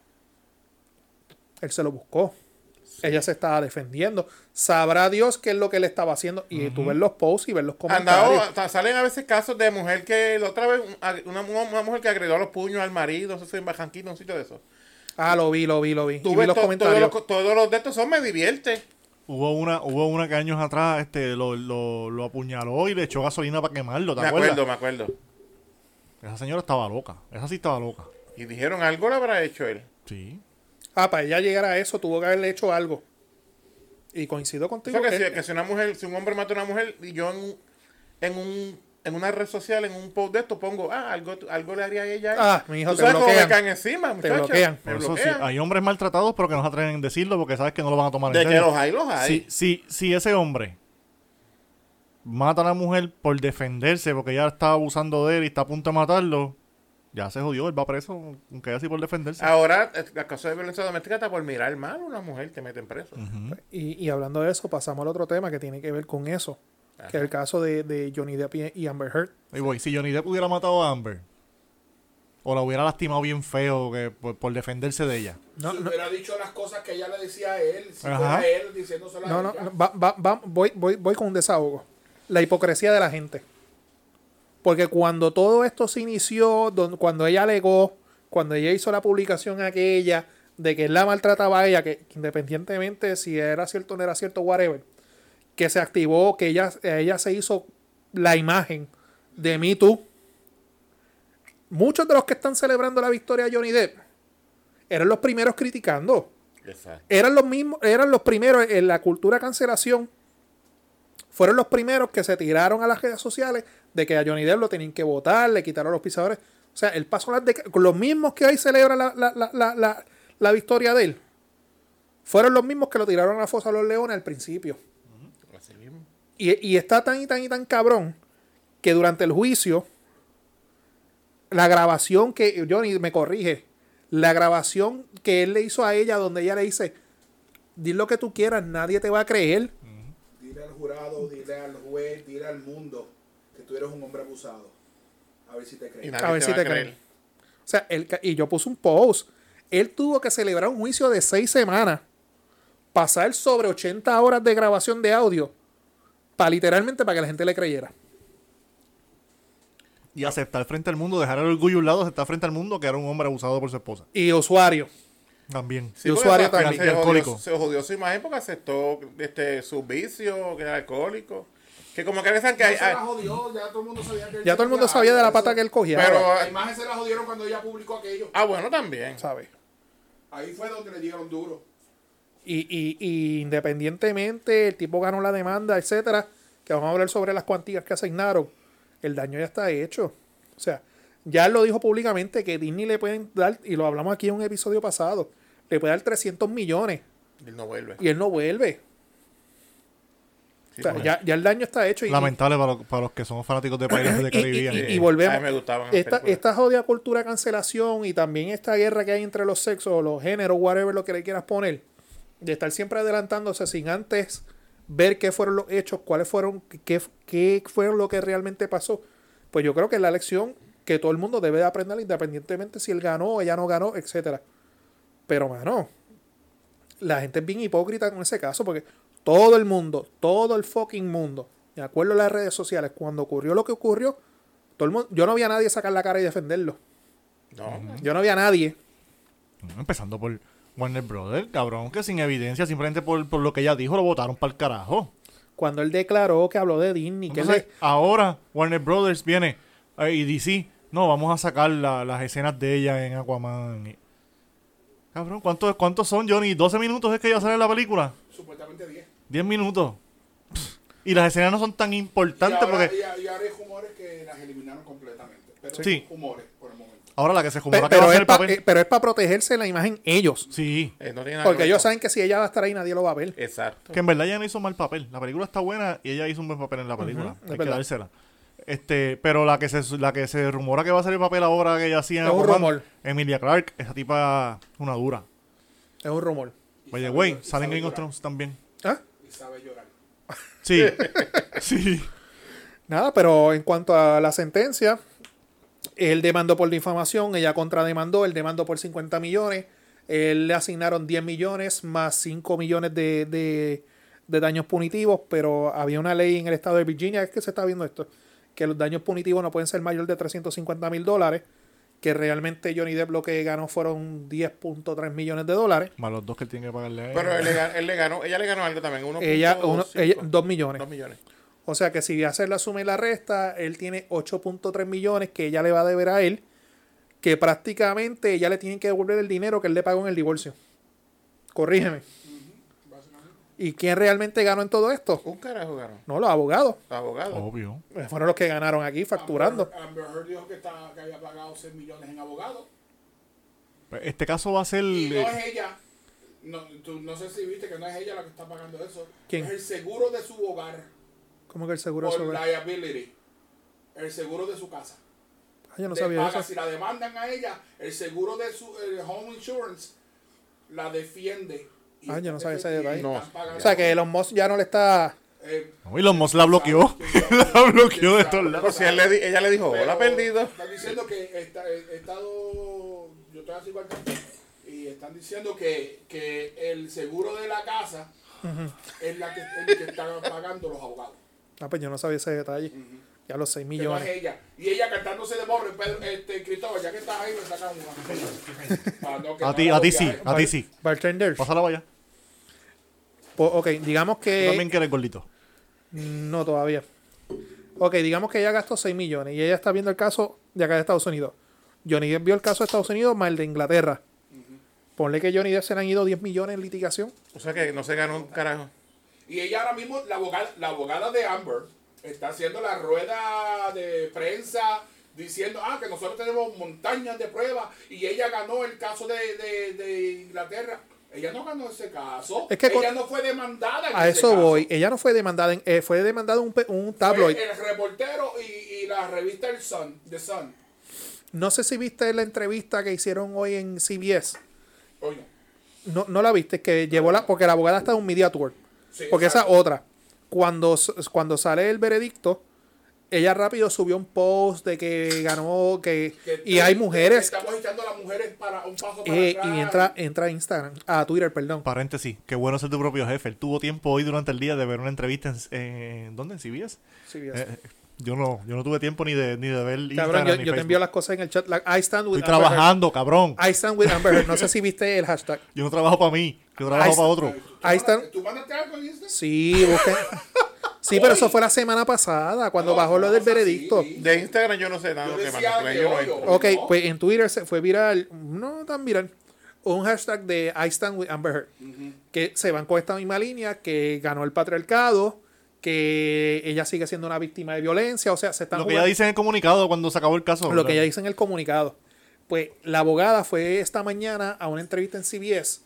[SPEAKER 1] él se lo buscó. Ella se estaba defendiendo. Sabrá Dios qué es lo que le estaba haciendo. Y tú ves los posts y ves los comentarios.
[SPEAKER 2] Andado, hasta salen a veces casos de mujer que la otra vez, un- ag- una, mu- una mujer que agregó los puños al marido, no sé si en Bajanquito, un sitio de eso.
[SPEAKER 1] Ah, lo vi, lo vi, lo vi.
[SPEAKER 2] Tú
[SPEAKER 1] y vi
[SPEAKER 2] ves
[SPEAKER 1] los
[SPEAKER 2] to-
[SPEAKER 1] comentarios.
[SPEAKER 2] Todos, los, todos los de estos son me divierte.
[SPEAKER 3] Hubo una, hubo una que años atrás este, lo, lo, lo apuñaló y le echó gasolina para quemarlo, ¿te
[SPEAKER 2] Me
[SPEAKER 3] acuerdas?
[SPEAKER 2] acuerdo, me acuerdo.
[SPEAKER 3] Esa señora estaba loca. Esa sí estaba loca.
[SPEAKER 2] Y dijeron algo le habrá hecho él.
[SPEAKER 3] Sí.
[SPEAKER 1] Ah, para ella llegar a eso tuvo que haberle hecho algo. Y coincido
[SPEAKER 2] O
[SPEAKER 1] contigo.
[SPEAKER 2] sea, que,
[SPEAKER 1] que-
[SPEAKER 2] si, que si una mujer, si un hombre mata a una mujer y yo en, un- en un en una red social, en un post de esto, pongo, ah, algo, algo le haría a ella.
[SPEAKER 1] Ah, mi hijo,
[SPEAKER 2] Tú
[SPEAKER 1] te
[SPEAKER 2] sabes cómo me
[SPEAKER 1] bloquean.
[SPEAKER 2] caen encima,
[SPEAKER 1] Te
[SPEAKER 2] muchachos.
[SPEAKER 1] bloquean.
[SPEAKER 2] Me
[SPEAKER 3] Por eso sí,
[SPEAKER 2] bloquean.
[SPEAKER 3] hay hombres maltratados, pero que no se atreven a decirlo porque sabes que no lo van a tomar
[SPEAKER 2] de
[SPEAKER 3] en
[SPEAKER 2] que
[SPEAKER 3] serio.
[SPEAKER 2] los hay, los hay.
[SPEAKER 3] Si, si, si ese hombre mata a la mujer por defenderse porque ya está abusando de él y está a punto de matarlo, ya se jodió, él va preso, aunque haya así por defenderse.
[SPEAKER 2] Ahora, eh, la causa de violencia doméstica está por mirar mal a una mujer, te meten preso.
[SPEAKER 1] y, y hablando de eso, pasamos al otro tema que tiene que ver con eso. Que es el caso de, de Johnny Depp y- y Amber Heard.
[SPEAKER 3] Y voy, si Johnny Depp hubiera matado a Amber, o la hubiera lastimado bien feo que, por, por defenderse de ella.
[SPEAKER 1] No,
[SPEAKER 5] si
[SPEAKER 1] no,
[SPEAKER 5] hubiera dicho las cosas que ella le decía a él, si
[SPEAKER 3] Ajá.
[SPEAKER 5] fuera él diciéndoselo a
[SPEAKER 1] no, no,
[SPEAKER 5] ella.
[SPEAKER 1] no, va- va- va- voy, voy, voy con un desahogo. La hipocresía de la gente. Porque cuando todo esto se inició, don- cuando ella alegó, cuando ella hizo la publicación aquella de que él la maltrataba a ella, que independientemente si era cierto o no era cierto, whatever, que se activó, que ella, a ella se hizo la imagen de Me Too. Muchos de los que están celebrando la victoria de Johnny Depp eran los primeros criticando
[SPEAKER 2] Exacto.
[SPEAKER 1] eran los mismos, eran los primeros en la cultura cancelación. Fueron los primeros que se tiraron a las redes sociales de que a Johnny Depp lo tenían que votar, le quitaron los pisadores. O sea, él pasó las décadas. Los mismos que hoy celebran la, la- la- la- la- la victoria de él. Fueron los mismos que lo tiraron a la fosa a los leones al principio.
[SPEAKER 2] Así mismo.
[SPEAKER 1] Y, y está tan y tan y tan cabrón que durante el juicio, la grabación que Johnny me corrige, la grabación que él le hizo a ella, donde ella le dice: Di lo que tú quieras, nadie te va a creer.
[SPEAKER 5] Dile al jurado, dile al juez, dile al mundo que tú eres un hombre abusado. A ver si te
[SPEAKER 2] Y
[SPEAKER 5] creen.
[SPEAKER 2] nadie
[SPEAKER 1] a ver si
[SPEAKER 2] va
[SPEAKER 1] te
[SPEAKER 2] a creer.
[SPEAKER 1] creen. O sea, él ca- y yo puse un post. Él tuvo que celebrar un juicio de seis semanas, pasar sobre 80 horas de grabación de audio, para literalmente para que la gente le creyera.
[SPEAKER 3] Y aceptar frente al mundo, dejar el orgullo a un lado, aceptar frente al mundo que era un hombre abusado por su esposa.
[SPEAKER 1] Y usuario.
[SPEAKER 3] También.
[SPEAKER 2] Sí,
[SPEAKER 1] Y
[SPEAKER 2] porque
[SPEAKER 1] usuario
[SPEAKER 2] Rafael
[SPEAKER 3] también.
[SPEAKER 2] Se jodió,
[SPEAKER 3] Alcohólico.
[SPEAKER 2] se jodió su imagen porque aceptó este, su vicio, que era alcohólico. Que como que piensan que hay.
[SPEAKER 5] No se la
[SPEAKER 2] hay-
[SPEAKER 5] jodió, ya todo el mundo sabía que él
[SPEAKER 1] Ya todo el mundo
[SPEAKER 5] tenía
[SPEAKER 1] sabía de la
[SPEAKER 5] algo,
[SPEAKER 1] pata
[SPEAKER 5] eso-
[SPEAKER 1] que él cogía.
[SPEAKER 2] pero.
[SPEAKER 5] La imagen se la jodieron cuando ella publicó aquello.
[SPEAKER 2] Ah, bueno, también.
[SPEAKER 1] ¿sabes?
[SPEAKER 5] Ahí fue donde le dieron duro.
[SPEAKER 1] Y, y- y independientemente, el tipo ganó la demanda, etcétera, que vamos a hablar sobre las cuantías que asignaron, el daño ya está hecho. O sea, ya él lo dijo públicamente que Disney le pueden dar, y lo hablamos aquí en un episodio pasado, le puede dar 300 millones
[SPEAKER 2] Él no vuelve.
[SPEAKER 1] y él no vuelve.
[SPEAKER 2] Sí,
[SPEAKER 1] O sea,
[SPEAKER 2] porque-
[SPEAKER 1] ya, ya el daño está hecho. Y,
[SPEAKER 3] Lamentable para, lo- para los que son fanáticos de Piratas de
[SPEAKER 1] y- y-
[SPEAKER 3] Caribbean.
[SPEAKER 1] y- y
[SPEAKER 2] Sí.
[SPEAKER 1] volvemos.
[SPEAKER 2] A mí me gustaban las
[SPEAKER 1] esta,
[SPEAKER 2] películas.
[SPEAKER 1] esta jodida cultura de cancelación y también esta guerra que hay entre los sexos o los géneros, whatever lo que le quieras poner, de estar siempre adelantándose sin antes ver qué fueron los hechos, cuáles fueron, qué, qué fueron lo que realmente pasó. Pues yo creo que es la lección que todo el mundo debe de aprender independientemente si él ganó, ella no ganó, etcétera. Pero, mano, la gente es bien hipócrita con ese caso porque todo el mundo, todo el fucking mundo, me acuerdo en las redes sociales, cuando ocurrió lo que ocurrió, todo el mundo, yo no vi a nadie sacar la cara y defenderlo.
[SPEAKER 2] No,
[SPEAKER 1] Yo no vi a nadie.
[SPEAKER 3] Mm, Empezando por Warner Brothers, cabrón, que sin evidencia, simplemente por, por lo que ella dijo, lo votaron para el carajo.
[SPEAKER 1] Cuando él declaró que habló de Disney, que él
[SPEAKER 3] Entonces,
[SPEAKER 1] le-
[SPEAKER 3] ahora Warner Brothers viene eh, y DC, no, vamos a sacar la- las escenas de ella en Aquaman. y- Cabrón, ¿cuántos, ¿cuántos son, Johnny? ¿12 minutos es que ella sale en la película?
[SPEAKER 5] Supuestamente 10.
[SPEAKER 3] 10 minutos. Pff, Y las escenas no son tan importantes
[SPEAKER 5] y ahora,
[SPEAKER 3] porque
[SPEAKER 5] y a- y ahora hay rumores que las eliminaron completamente. Pero
[SPEAKER 3] Sí.
[SPEAKER 5] son rumores por el momento.
[SPEAKER 3] ahora la que se
[SPEAKER 1] pe-
[SPEAKER 3] rumora que va a
[SPEAKER 1] pero,
[SPEAKER 3] hacer
[SPEAKER 1] es
[SPEAKER 3] el
[SPEAKER 1] pa-
[SPEAKER 3] papel. Ah,
[SPEAKER 1] eh, pero es para protegerse la imagen ellos.
[SPEAKER 3] sí,
[SPEAKER 2] eh, no tiene nada que
[SPEAKER 1] Porque
[SPEAKER 2] ver
[SPEAKER 1] ellos
[SPEAKER 2] con-
[SPEAKER 1] saben que si ella va a estar ahí, nadie lo va a ver.
[SPEAKER 2] Exacto.
[SPEAKER 3] que en verdad ella no hizo mal papel. La película está buena y ella hizo un buen papel en la película.
[SPEAKER 1] es
[SPEAKER 3] Hay que
[SPEAKER 1] verdad.
[SPEAKER 3] dársela. Este, pero la que se la que se rumora que va a ser el papel ahora que ella hacía en
[SPEAKER 1] Es un
[SPEAKER 3] Aquaman,
[SPEAKER 1] rumor.
[SPEAKER 3] Emilia Clark, esa tipa es una dura.
[SPEAKER 1] Es un rumor.
[SPEAKER 3] By the way,
[SPEAKER 5] y
[SPEAKER 3] sale en
[SPEAKER 5] sabe
[SPEAKER 3] Game of
[SPEAKER 5] llorar.
[SPEAKER 3] Thrones también.
[SPEAKER 1] ¿Ah?
[SPEAKER 5] Y sabe llorar. <laughs>
[SPEAKER 3] Sí. sí.
[SPEAKER 1] Nada, pero en cuanto a la sentencia, él demandó por difamación, ella contrademandó, él demandó por 50 millones, él le asignaron 10 millones más 5 millones de, de- de daños punitivos, pero había una ley en el estado de Virginia, es que se está viendo esto, que los daños punitivos no pueden ser mayor de 350 mil dólares, que realmente Johnny Depp lo que ganó fueron 10.3 millones de dólares.
[SPEAKER 3] Más los dos que él tiene que pagarle a ella.
[SPEAKER 2] Pero él le, gan- él le ganó, ella le ganó algo también. Uno
[SPEAKER 1] Ella,
[SPEAKER 2] punto
[SPEAKER 1] uno-
[SPEAKER 2] cinco.
[SPEAKER 1] ella 2 millones.
[SPEAKER 2] Dos millones.
[SPEAKER 1] O sea que si hacer la suma y la resta, él tiene 8.3 millones que ella le va a deber a él, que prácticamente ella le tienen que devolver el dinero que él le pagó en el divorcio. Corrígeme. ¿Y quién realmente ganó en todo esto?
[SPEAKER 2] Un carajo ganó.
[SPEAKER 1] No, los abogados.
[SPEAKER 2] Abogado.
[SPEAKER 3] Obvio.
[SPEAKER 1] Fueron los que ganaron aquí facturando.
[SPEAKER 5] Amber, Amber Heard dijo que, estaba- que había pagado 6 millones en abogados.
[SPEAKER 3] Este caso va a ser.
[SPEAKER 5] Y no
[SPEAKER 3] eh,
[SPEAKER 5] es ella. No, tú no sé si viste que no es ella la que está pagando eso.
[SPEAKER 1] ¿Quién?
[SPEAKER 5] Es el seguro de su hogar.
[SPEAKER 1] ¿Cómo que el seguro
[SPEAKER 5] Por
[SPEAKER 1] sobre? Ah,
[SPEAKER 5] liability. El seguro de su casa.
[SPEAKER 1] yo no
[SPEAKER 5] Le
[SPEAKER 1] sabía
[SPEAKER 5] paga,
[SPEAKER 1] eso.
[SPEAKER 5] Si la demandan a ella, el seguro de su el home insurance la defiende. Y
[SPEAKER 1] Ah, yo no sabía ese
[SPEAKER 5] están
[SPEAKER 1] detalle.
[SPEAKER 2] No.
[SPEAKER 5] pagando-
[SPEAKER 1] O sea que Elon Musk ya no le está.
[SPEAKER 5] Eh,
[SPEAKER 3] no, y los Moss la bloqueó. <laughs> la bloqueó de todos lados.
[SPEAKER 2] Pero si él le di- ella le dijo, hola
[SPEAKER 5] Pero
[SPEAKER 2] perdido.
[SPEAKER 5] Están diciendo que esta- he estado. Yo estoy así igual que- Y están diciendo que, que el seguro de la casa es la que, el que están pagando los abogados.
[SPEAKER 1] Ah, pues yo no sabía ese detalle. Ya los 6
[SPEAKER 5] Que no es
[SPEAKER 1] millones.
[SPEAKER 5] ella. Y ella cantándose de morro. Pedro, este, Cristóbal, ya que estás ahí, me saca una. Para no- que
[SPEAKER 3] A
[SPEAKER 5] no
[SPEAKER 3] ti,
[SPEAKER 5] la eh.
[SPEAKER 3] a ti
[SPEAKER 5] voy
[SPEAKER 3] sí, a ti sí.
[SPEAKER 1] Bartender. Pues,
[SPEAKER 3] Pásala para allá.
[SPEAKER 1] ok, digamos
[SPEAKER 3] Tú
[SPEAKER 1] que.
[SPEAKER 3] también quieres gordito.
[SPEAKER 1] No, todavía. Ok, digamos que ella gastó 6 millones y ella está viendo el caso de acá de Estados Unidos. Johnny Depp vio el caso de Estados Unidos más el de Inglaterra. Ponle que Johnny Depp se le han ido 10 millones en litigación.
[SPEAKER 2] O sea que no se ganó un carajo.
[SPEAKER 5] Y ella ahora mismo, la abogada, la abogada de Amber, está haciendo la rueda de prensa diciendo, ah, que nosotros tenemos montañas de pruebas y ella ganó el caso de, de- de Inglaterra. Ella no ganó ese caso.
[SPEAKER 1] Es que
[SPEAKER 5] ella
[SPEAKER 1] con-
[SPEAKER 5] no fue demandada. en
[SPEAKER 1] A
[SPEAKER 5] ese
[SPEAKER 1] eso
[SPEAKER 5] caso.
[SPEAKER 1] voy. Ella no fue demandada, en, eh, fue demandada un, pe- un
[SPEAKER 5] Fue
[SPEAKER 1] tabloid.
[SPEAKER 5] El reportero y, y la revista El Sun, The Sun.
[SPEAKER 1] No sé si viste la entrevista que hicieron hoy en CBS.
[SPEAKER 5] Oye.
[SPEAKER 1] No, no la viste, que llevó la. Porque la abogada está en un media tour.
[SPEAKER 5] Sí,
[SPEAKER 1] porque
[SPEAKER 5] exacto.
[SPEAKER 1] esa otra. Cuando, s- cuando sale el veredicto, ella rápido subió un post de que ganó. que
[SPEAKER 5] que
[SPEAKER 1] Y hay
[SPEAKER 5] que
[SPEAKER 1] mujeres.
[SPEAKER 5] Estamos echando a las mujeres para un paso para
[SPEAKER 1] eh,
[SPEAKER 5] atrás.
[SPEAKER 1] y entra, entra a Instagram. A Twitter, perdón.
[SPEAKER 3] Paréntesis, qué bueno ser tu propio jefe. Él tuvo tiempo hoy durante el día de ver una entrevista en... en- ¿Dónde? ¿En CBS?
[SPEAKER 1] CBS.
[SPEAKER 3] Eh, yo no, yo no tuve tiempo ni de, ni de ver
[SPEAKER 1] Cabrón, yo,
[SPEAKER 3] Instagram ni
[SPEAKER 1] yo te
[SPEAKER 3] Facebook.
[SPEAKER 1] envío pues. las cosas en el chat. like, I stand with
[SPEAKER 3] Estoy
[SPEAKER 1] Amber Heard.
[SPEAKER 3] trabajando, cabrón.
[SPEAKER 1] I stand with Amber Heard. No sé si viste el hashtag.
[SPEAKER 3] Yo no trabajo para mí, yo trabajo
[SPEAKER 1] Ahí-
[SPEAKER 3] para otro.
[SPEAKER 1] Ahí están.
[SPEAKER 5] ¿Tú mandaste algo en Instagram?
[SPEAKER 1] Sí, busquen. Sí, pero eso fue la semana pasada, cuando
[SPEAKER 5] No,
[SPEAKER 1] bajó lo del
[SPEAKER 5] no, o sea,
[SPEAKER 1] veredicto.
[SPEAKER 5] sí.
[SPEAKER 2] De Instagram yo no sé nada
[SPEAKER 5] Yo
[SPEAKER 2] lo que
[SPEAKER 5] decía
[SPEAKER 2] manda, porque
[SPEAKER 5] que
[SPEAKER 2] yo no
[SPEAKER 5] hoy,
[SPEAKER 2] entro.
[SPEAKER 5] hoy.
[SPEAKER 1] Ok,
[SPEAKER 5] No.
[SPEAKER 1] pues en Twitter se fue viral, no tan viral, un hashtag de I stand with Amber Heard, que se van con esta misma línea, que ganó el patriarcado, que ella sigue siendo una víctima de violencia, o sea, se están
[SPEAKER 3] Lo que ya
[SPEAKER 1] jugando-
[SPEAKER 3] dice en el comunicado cuando se acabó el caso.
[SPEAKER 1] lo que ella dice en el comunicado. Pues la abogada fue esta mañana a una entrevista en CBS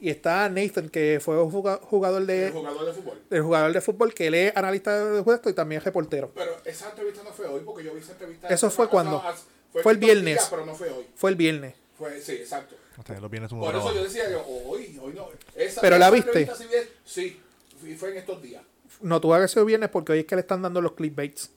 [SPEAKER 1] y está Nathan, que fue un juga- jugador
[SPEAKER 5] El
[SPEAKER 1] de,
[SPEAKER 5] jugador de fútbol.
[SPEAKER 1] el jugador de fútbol, que él es analista de juego y también es reportero.
[SPEAKER 5] Pero esa entrevista no fue hoy porque yo vi esa entrevista.
[SPEAKER 1] ¿Eso
[SPEAKER 5] la
[SPEAKER 1] fue
[SPEAKER 5] semana
[SPEAKER 1] cuándo?
[SPEAKER 5] pasada.
[SPEAKER 1] Fue el
[SPEAKER 5] estos días,
[SPEAKER 1] viernes.
[SPEAKER 5] pero no fue hoy.
[SPEAKER 1] Fue el viernes.
[SPEAKER 5] Fue, sí, exacto.
[SPEAKER 3] Ustedes lo vienen sumando
[SPEAKER 5] Por eso
[SPEAKER 3] trabajo.
[SPEAKER 5] yo decía yo, hoy, hoy no. Esa-
[SPEAKER 1] Pero
[SPEAKER 5] esa
[SPEAKER 1] la viste.
[SPEAKER 5] entrevista, si bien- Sí, y fue en estos días.
[SPEAKER 1] No tuvo que ser viernes porque hoy es que le están dando los clickbaits.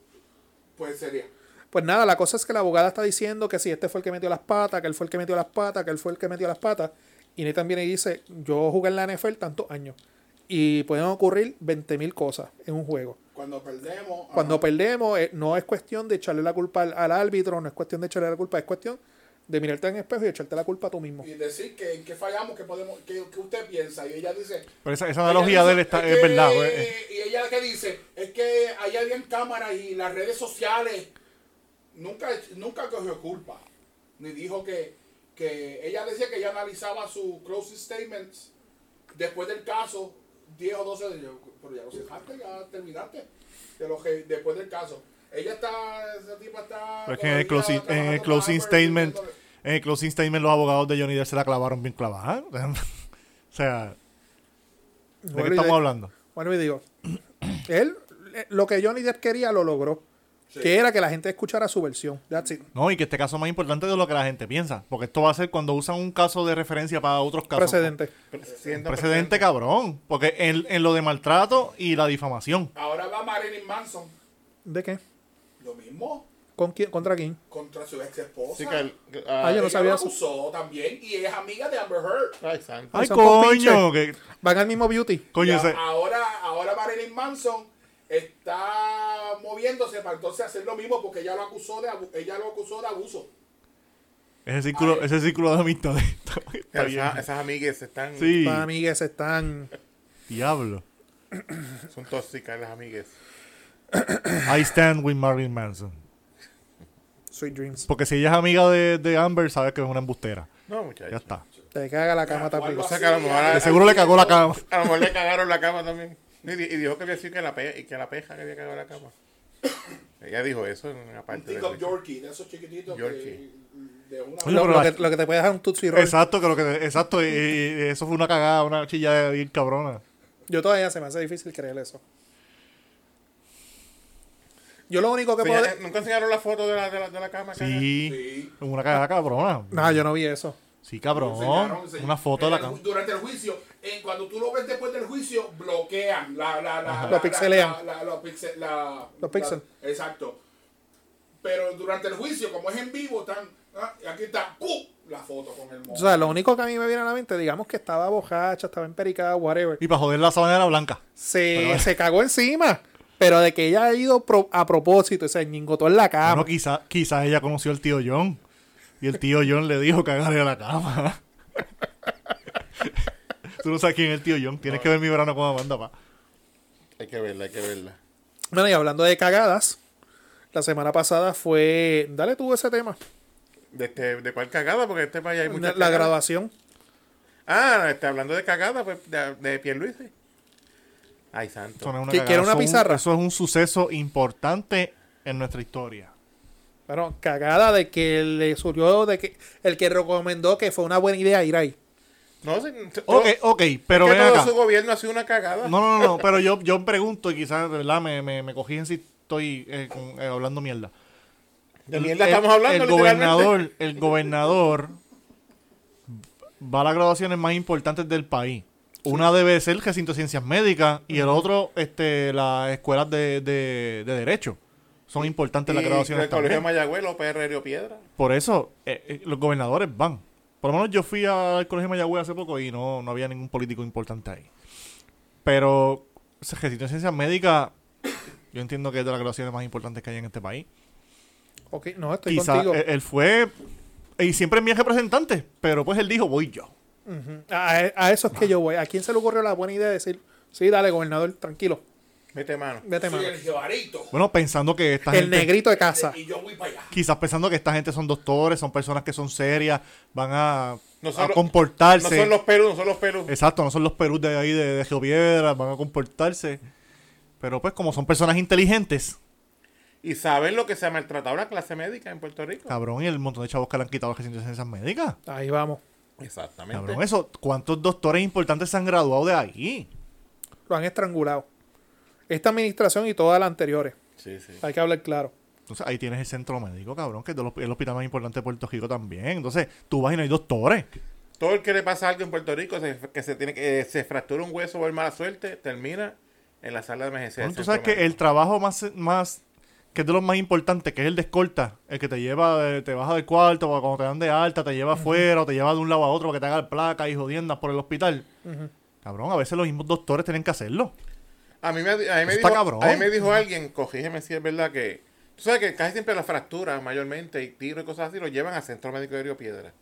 [SPEAKER 5] Pues sería.
[SPEAKER 1] Pues nada, la cosa es que la abogada está diciendo que si este fue el que metió las patas, que él fue el que metió las patas, que él fue el que metió las patas. Y Nathan viene y dice, yo jugué en la NFL tantos años. Y pueden ocurrir 20.000 cosas en un juego.
[SPEAKER 5] Cuando perdemos. ajá.
[SPEAKER 1] Cuando perdemos, eh, no es cuestión de echarle la culpa al, al árbitro, no es cuestión de echarle la culpa, es cuestión de mirarte en el espejo y echarte la culpa tú mismo.
[SPEAKER 5] Y decir que en qué fallamos, que podemos, que, que usted piensa. Y ella dice.
[SPEAKER 3] Pero esa, esa
[SPEAKER 5] ella
[SPEAKER 3] analogía de él
[SPEAKER 5] dice,
[SPEAKER 3] está,
[SPEAKER 5] "Es
[SPEAKER 3] es
[SPEAKER 5] que-
[SPEAKER 3] verdad. eh, eh.
[SPEAKER 5] Y ella que dice, es que ahí habían cámaras y las redes sociales. Nunca, nunca cogió culpa. Ni dijo que, que ella decía que ella analizaba sus closing statements después del caso, 10 o 12 de pero ya lo cerraste, ya terminaste. De lo que, después del caso. Ella está, esa tipa está.
[SPEAKER 3] Pero es que en el
[SPEAKER 5] todavía
[SPEAKER 3] closing, en
[SPEAKER 5] trabajando
[SPEAKER 3] el
[SPEAKER 5] para
[SPEAKER 3] closing
[SPEAKER 5] Amber,
[SPEAKER 3] statement,
[SPEAKER 5] diciéndole-
[SPEAKER 3] en el closing statement los abogados de Johnny Depp se la clavaron bien clavada. <laughs> o sea, ¿de qué
[SPEAKER 1] Vuelvo y
[SPEAKER 3] estamos
[SPEAKER 1] de-
[SPEAKER 3] hablando?
[SPEAKER 1] Bueno, y digo, <clears throat> él, eh, lo que Johnny Depp quería lo logró. Que era que la gente escuchara su versión. That's it.
[SPEAKER 3] No, y que este caso es más importante de lo que la gente piensa, porque esto va a ser cuando usan un caso de referencia para otros casos.
[SPEAKER 1] Precedente.
[SPEAKER 2] Pero siendo
[SPEAKER 3] Precedente, cabrón, porque en, en lo de maltrato y la difamación.
[SPEAKER 5] Ahora va Marilyn Manson.
[SPEAKER 1] ¿De qué?
[SPEAKER 5] Lo mismo.
[SPEAKER 1] ¿Con quién? ¿Contra quién?
[SPEAKER 5] contra su ex esposa.
[SPEAKER 2] Sí, que el- que- ah,
[SPEAKER 1] Ah, yo no
[SPEAKER 5] Ella
[SPEAKER 1] sabía
[SPEAKER 5] lo
[SPEAKER 1] eso.
[SPEAKER 5] acusó también y es amiga de Amber Heard.
[SPEAKER 2] ay, santo.
[SPEAKER 3] Ay,
[SPEAKER 1] son con
[SPEAKER 3] coño, que,
[SPEAKER 1] Van al mismo beauty.
[SPEAKER 3] coño,
[SPEAKER 5] Y a-
[SPEAKER 3] ese-
[SPEAKER 5] ahora, ahora Marilyn Manson está moviéndose para entonces hacer lo mismo porque ella lo acusó de abu- ella lo acusó de abuso.
[SPEAKER 3] ese círculo, ese círculo de amistades <laughs> está, está
[SPEAKER 2] Esa-
[SPEAKER 3] bien.
[SPEAKER 2] esas amigas están,
[SPEAKER 3] Sí,
[SPEAKER 1] Para amigas están.
[SPEAKER 3] diablo.
[SPEAKER 2] son tóxicas las amigas.
[SPEAKER 3] I stand with Marilyn Manson.
[SPEAKER 1] Sweet Dreams.
[SPEAKER 3] Porque si ella es amiga de, de Amber, sabes que es una embustera.
[SPEAKER 2] No,
[SPEAKER 3] Ya
[SPEAKER 2] muchachos.
[SPEAKER 3] está.
[SPEAKER 1] Te caga la cama también.
[SPEAKER 5] algo
[SPEAKER 2] O sea, que a lo
[SPEAKER 5] así,
[SPEAKER 2] mejor-
[SPEAKER 5] algo
[SPEAKER 3] De seguro le cagó la cama.
[SPEAKER 2] A lo mejor le cagaron la cama también. Y, di- y dijo que había sido que la, pe- que la peja que había cagado la cama. Ella dijo eso en una
[SPEAKER 5] Un
[SPEAKER 2] parte
[SPEAKER 5] pick
[SPEAKER 2] del-
[SPEAKER 5] up Yorkie, de esos chiquititos que-
[SPEAKER 2] Yorkie.
[SPEAKER 5] de una
[SPEAKER 3] Oye,
[SPEAKER 1] Lo,
[SPEAKER 3] pero
[SPEAKER 1] lo
[SPEAKER 3] la-
[SPEAKER 1] que, lo que te puede dejar un Tootsie Roll.
[SPEAKER 3] Exacto, que lo que exacto, y, y- y eso fue una cagada, una chilla bien cabrona.
[SPEAKER 1] Yo todavía se me hace difícil creer eso. Yo lo único que puedo.
[SPEAKER 2] Enseña- ¿Nunca enseñaron la foto de la, de la, de la cama? cagada?
[SPEAKER 3] Sí,
[SPEAKER 5] Sí.
[SPEAKER 3] una cagada cabrona.
[SPEAKER 1] No, yo no vi eso.
[SPEAKER 3] Sí,
[SPEAKER 5] Enseñaron,
[SPEAKER 3] cabrón.
[SPEAKER 5] enseñaron.
[SPEAKER 3] Una foto de la
[SPEAKER 5] En el-
[SPEAKER 3] cama.
[SPEAKER 5] Durante el juicio, en- cuando tú lo ves después del juicio, bloquean la, la, la, la-
[SPEAKER 1] Lo
[SPEAKER 5] la-
[SPEAKER 1] pixelean.
[SPEAKER 5] la- la- lo pixe- la-
[SPEAKER 1] Lo pixel.
[SPEAKER 5] la- exacto. Pero durante el juicio, como es en vivo, están, ah, y aquí está ¡pum! la foto con el
[SPEAKER 1] O
[SPEAKER 5] mono.
[SPEAKER 1] sea, lo único que a mí me viene a la mente, digamos que estaba bojacha, estaba empericada, whatever.
[SPEAKER 3] Y para joder la sábana era blanca.
[SPEAKER 1] Se, se cagó encima. Pero de que ella ha ido pro- a propósito, o sea, ñingotó en la cama.
[SPEAKER 3] Bueno, quizás quizá ella conoció al tío John. Y el tío John le dijo que agarre a la cama. <laughs> Tú no sabes quién es el tío John. Tienes que ver mi verano con Amanda, pa.
[SPEAKER 2] Hay que verla, hay que verla.
[SPEAKER 1] Bueno, y hablando de cagadas, la semana pasada fue. Dale tú ese tema.
[SPEAKER 2] De, este, de cuál cagada, porque este país hay
[SPEAKER 1] La,
[SPEAKER 2] muchas
[SPEAKER 1] la
[SPEAKER 2] cagadas.
[SPEAKER 1] graduación.
[SPEAKER 2] Ah, este, hablando de cagada, pues, de, de Pierluisi. Ay, santo.
[SPEAKER 3] Eso no es una
[SPEAKER 1] ¿Qui-
[SPEAKER 3] cagada,
[SPEAKER 1] quiere una
[SPEAKER 3] eso es un-
[SPEAKER 1] pizarra?
[SPEAKER 3] eso es un suceso importante en nuestra historia.
[SPEAKER 1] Bueno, cagada de que le surgió, de que el que recomendó que fue una buena idea ir ahí.
[SPEAKER 2] No, se- se-
[SPEAKER 3] Ok,
[SPEAKER 2] todo-
[SPEAKER 3] ok, pero
[SPEAKER 2] que
[SPEAKER 3] ven
[SPEAKER 2] todo
[SPEAKER 3] acá.
[SPEAKER 2] su gobierno ha sido una cagada.
[SPEAKER 3] No, no, no, no, pero yo, yo pregunto y quizás, de verdad, me, me, me cogí en si estoy eh, con- eh, hablando mierda.
[SPEAKER 2] de mierda
[SPEAKER 3] El-
[SPEAKER 2] estamos hablando,
[SPEAKER 3] el
[SPEAKER 2] literalmente.
[SPEAKER 3] gobernador, el gobernador va a las graduaciones más importantes del país. Una debe ser el recinto de ciencias médicas y el otro, este, las escuelas de, de, de derecho. Son importantes las
[SPEAKER 2] Y
[SPEAKER 3] graduaciones
[SPEAKER 2] El Colegio de
[SPEAKER 3] también.
[SPEAKER 2] Mayagüez, López Herrerio Piedra.
[SPEAKER 3] Por eso, eh, eh, los gobernadores van. Por lo menos yo fui al Colegio de Mayagüez hace poco y no, no había ningún político importante ahí. Pero ese ejercicio de ciencias médicas, yo entiendo que es de las graduaciones más importantes que hay en este país.
[SPEAKER 1] Ok, no, estoy
[SPEAKER 3] Quizá eh,
[SPEAKER 1] contigo.
[SPEAKER 3] él, él fue, y siempre es mi representante, pero pues él dijo, voy yo.
[SPEAKER 1] a, a eso es que yo voy. ¿A quién se le ocurrió la buena idea de decir, sí, dale, gobernador, tranquilo,
[SPEAKER 2] Mete mano.
[SPEAKER 1] vete mano.
[SPEAKER 5] Soy el jebarito.
[SPEAKER 3] Bueno, pensando que esta
[SPEAKER 1] El
[SPEAKER 3] gente,
[SPEAKER 1] negrito de casa.
[SPEAKER 5] Y yo voy para allá.
[SPEAKER 3] quizás pensando que esta gente son doctores, son personas que son serias, van a,
[SPEAKER 2] No
[SPEAKER 3] a
[SPEAKER 2] son los- No
[SPEAKER 3] comportarse.
[SPEAKER 2] son los Perú, no son los Perú.
[SPEAKER 3] Exacto, no son los Perús de ahí de, de Geopiedra, van a comportarse. Pero pues como son personas inteligentes,
[SPEAKER 2] Y saben lo que se ha maltratado la clase médica en Puerto Rico.
[SPEAKER 3] cabrón, y el montón de chavos que le han quitado las residencias de ciencias médicas.
[SPEAKER 1] Ahí vamos.
[SPEAKER 2] Exactamente.
[SPEAKER 3] Cabrón, eso, ¿cuántos doctores importantes se han graduado de ahí?
[SPEAKER 1] Lo han estrangulado. Esta administración y todas las anteriores.
[SPEAKER 2] Sí, sí.
[SPEAKER 1] Hay que hablar claro.
[SPEAKER 3] Entonces ahí tienes el centro médico, cabrón, que es de los- el hospital más importante de Puerto Rico también. Entonces tú vas y no hay doctores.
[SPEAKER 2] Todo el que le pasa algo en Puerto Rico, se- que se tiene que eh, se fractura un hueso o es mala suerte, termina en la sala de emergencia.
[SPEAKER 3] Cabrón,
[SPEAKER 2] del
[SPEAKER 3] tú sabes
[SPEAKER 2] centro
[SPEAKER 3] que el trabajo más, más, que es de los más importantes, que es el de escolta, el que te lleva, de- te baja del cuarto, o cuando te dan de alta, te lleva afuera, o te lleva de un lado a otro para que te hagan placa y jodiendas por el hospital. Cabrón, a veces los mismos doctores tienen que hacerlo.
[SPEAKER 2] A mí me, a mí me
[SPEAKER 3] Eso está
[SPEAKER 2] dijo,
[SPEAKER 3] cabrón.
[SPEAKER 2] a mí me dijo alguien, corrígeme si es verdad que. Tú sabes que casi siempre las fracturas, mayormente, y tiro y cosas así, lo llevan al centro médico de Río Piedra.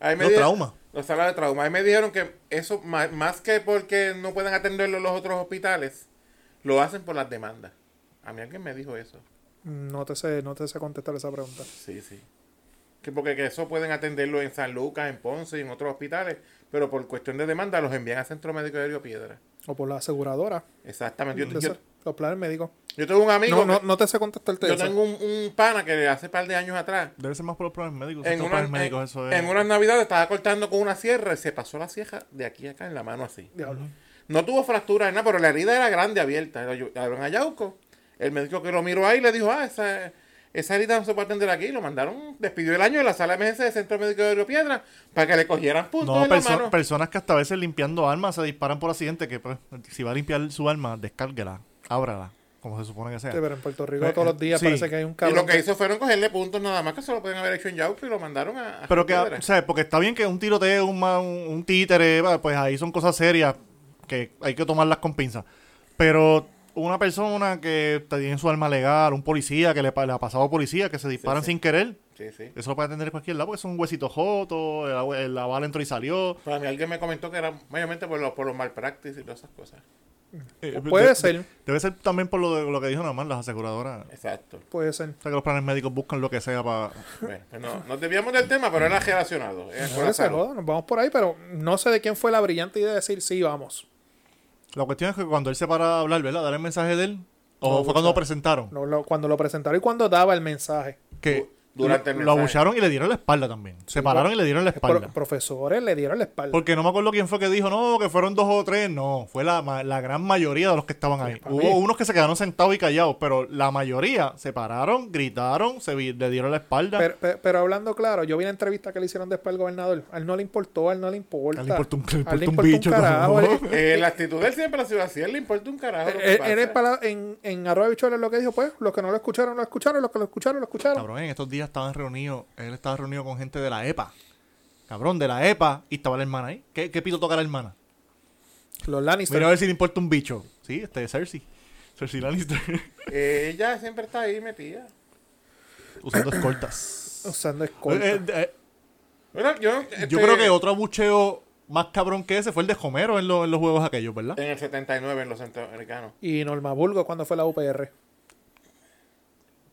[SPEAKER 2] Ahí
[SPEAKER 3] Los
[SPEAKER 2] di-
[SPEAKER 3] traumas.
[SPEAKER 2] Los salas de trauma. Ahí me dijeron que eso, ma- más, que porque no pueden atenderlo en los otros hospitales, lo hacen por las demandas. A mí alguien me dijo eso.
[SPEAKER 1] No te sé, no te sé contestar esa pregunta.
[SPEAKER 2] Sí, sí. Que porque que eso pueden atenderlo en San Lucas, en Ponce y en otros hospitales, pero por cuestión de demanda los envían al centro médico de Río Piedra.
[SPEAKER 1] O por la aseguradora.
[SPEAKER 2] Exactamente. Yo,
[SPEAKER 1] de
[SPEAKER 2] yo,
[SPEAKER 1] ser- los planes médicos.
[SPEAKER 2] yo tengo un amigo.
[SPEAKER 1] No, no,
[SPEAKER 2] que-
[SPEAKER 1] no te sé contestarte
[SPEAKER 2] Yo
[SPEAKER 1] eso.
[SPEAKER 2] tengo un, un pana que hace par de años atrás,
[SPEAKER 3] Debe ser más por los planes médicos.
[SPEAKER 2] en,
[SPEAKER 3] Estos
[SPEAKER 2] una,
[SPEAKER 3] planes médicos,
[SPEAKER 2] en-
[SPEAKER 3] eso es-
[SPEAKER 2] en unas navidades estaba cortando con una sierra y se pasó la sierra de aquí a acá en la mano así.
[SPEAKER 1] Diablo.
[SPEAKER 2] No tuvo fractura ni nada, pero la herida era grande, abierta. Era yo- era en Ayauco. El médico que lo miró ahí le dijo, ah, esa, esa herida no se puede atender aquí. Lo mandaron, despidió el año de la sala MS del Centro Médico de Río Piedra para que le cogieran puntos
[SPEAKER 3] No,
[SPEAKER 2] en la
[SPEAKER 3] perso-
[SPEAKER 2] mano.
[SPEAKER 3] personas que hasta a veces limpiando armas se disparan por accidente, que pues, si va a limpiar su arma, descárguela, ábrala, como se supone que sea.
[SPEAKER 1] Sí, pero en Puerto Rico
[SPEAKER 3] Eh,
[SPEAKER 1] todos los días
[SPEAKER 3] sí.
[SPEAKER 1] parece que hay un
[SPEAKER 2] Pues, y
[SPEAKER 1] cabrón.
[SPEAKER 2] lo que hizo fueron cogerle puntos nada más que se lo pueden haber hecho en Yauco y lo mandaron a, a
[SPEAKER 3] <laughs> Pero
[SPEAKER 2] Río
[SPEAKER 3] que,
[SPEAKER 2] Piedra.
[SPEAKER 3] o sea, porque está bien que un tiroteo, un, ma- un, un títere, va, pues ahí son cosas serias que hay que tomarlas con pinzas. Pero una persona que te tiene su arma legal, un policía que le, pa- le ha pasado a policía, que se disparan
[SPEAKER 2] sí.
[SPEAKER 3] sin querer,
[SPEAKER 2] Sí, sí.
[SPEAKER 3] eso lo puede tener en cualquier lado, porque son huesitos jotos, la, hue- la bala entró y salió.
[SPEAKER 2] Para Pues mí alguien me comentó que era mayormente por los, por los malpractices y todas esas cosas.
[SPEAKER 3] Eh,
[SPEAKER 1] puede
[SPEAKER 3] de-
[SPEAKER 1] ser.
[SPEAKER 3] Debe ser también por lo, de- lo que dijo nada más las aseguradoras.
[SPEAKER 2] Exacto.
[SPEAKER 1] Puede ser.
[SPEAKER 3] O sea, que los planes médicos buscan lo que sea para...
[SPEAKER 2] Bueno, pues no, nos desviamos del tema, pero era relacionado. Era con
[SPEAKER 1] Ahora
[SPEAKER 2] la
[SPEAKER 1] se
[SPEAKER 2] salud.
[SPEAKER 1] joda, nos vamos por ahí, pero no sé de quién fue la brillante idea de decir sí, vamos.
[SPEAKER 3] La cuestión es que cuando él se para a hablar, ¿verdad? Dar el mensaje de él. O
[SPEAKER 1] No,
[SPEAKER 3] fue cuando lo
[SPEAKER 1] mucha-
[SPEAKER 3] presentaron.
[SPEAKER 1] No, lo- cuando lo presentaron y cuando daba el mensaje.
[SPEAKER 3] que
[SPEAKER 2] durante el
[SPEAKER 3] lo, lo
[SPEAKER 2] mensaje.
[SPEAKER 3] abucharon y le dieron la espalda también. Se pararon y le dieron la
[SPEAKER 1] Pro-
[SPEAKER 3] espalda.
[SPEAKER 1] profesores le dieron la espalda.
[SPEAKER 3] Porque no me acuerdo quién fue que dijo, no, que fueron dos o tres. No, fue la, ma- la gran mayoría de los que estaban ahí.
[SPEAKER 1] para mí.
[SPEAKER 3] Hubo unos que se quedaron sentados y callados, pero la mayoría se pararon, gritaron, se vi- le dieron la espalda.
[SPEAKER 1] Pero, pero- pero hablando claro, yo vi la entrevista que le hicieron después al gobernador. A él no le importó, a él no le importa.
[SPEAKER 3] A él le importa un- le
[SPEAKER 1] A él
[SPEAKER 3] importa un
[SPEAKER 1] le importa
[SPEAKER 3] bicho,
[SPEAKER 1] carajo.
[SPEAKER 3] cabrón. <laughs>
[SPEAKER 1] Él-
[SPEAKER 2] Eh, la actitud de él siempre ha sido así, él le importa un carajo. lo que
[SPEAKER 1] él-
[SPEAKER 2] pasa.
[SPEAKER 1] él es para- en, en Arroba Bichuela lo que dijo, pues, los que no lo escucharon, lo escucharon, los que lo escucharon, lo escucharon.
[SPEAKER 3] Cabrón, en estos días estaban reunidos, él estaba reunido con gente de la EPA. Cabrón, de la EPA, y estaba la hermana ahí. ¿Qué, qué pito toca la hermana?
[SPEAKER 1] Los Lannister.
[SPEAKER 3] Mira a ver si le importa un bicho. Sí, este es Cersei. Cersei Lannister. <laughs>
[SPEAKER 2] Eh, ella siempre está ahí metida.
[SPEAKER 3] Usando escoltas.
[SPEAKER 1] Usando escolta.
[SPEAKER 3] Eh, eh,
[SPEAKER 2] Bueno, yo,
[SPEAKER 3] Yo
[SPEAKER 2] este,
[SPEAKER 3] creo que otro abucheo más cabrón que ese fue el de Homero en, lo- en los juegos aquellos, ¿verdad?
[SPEAKER 2] En el 79 en los centroamericanos.
[SPEAKER 1] Y Norma Burgos cuando fue la UPR.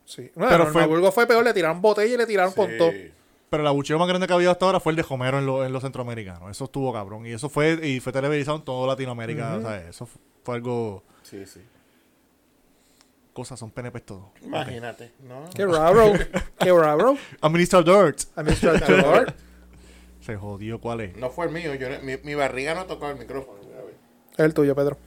[SPEAKER 1] Sí. Bueno,
[SPEAKER 3] Pero
[SPEAKER 1] Norma
[SPEAKER 3] fue-
[SPEAKER 1] Burgos fue peor, le tiraron botella y le tiraron con todo.
[SPEAKER 2] Sí.
[SPEAKER 3] Pero el abucheo más grande que ha habido hasta ahora fue el de Homero en, lo- en los centroamericanos. Eso estuvo cabrón. Y eso fue, y fue televisado en toda Latinoamérica. o sea, Eso fu- fue algo.
[SPEAKER 2] Sí, sí.
[SPEAKER 3] Cosas son PNPs todo.
[SPEAKER 2] Imagínate, ¿no?
[SPEAKER 1] Qué raro, qué raro.
[SPEAKER 3] Administrator.
[SPEAKER 2] <laughs>
[SPEAKER 1] Administrador.
[SPEAKER 3] Se jodió cuál es.
[SPEAKER 2] No fue el mío, yo, no- mi, mi barriga no tocó el micrófono. mira, a ver.
[SPEAKER 1] es el tuyo, Pedro.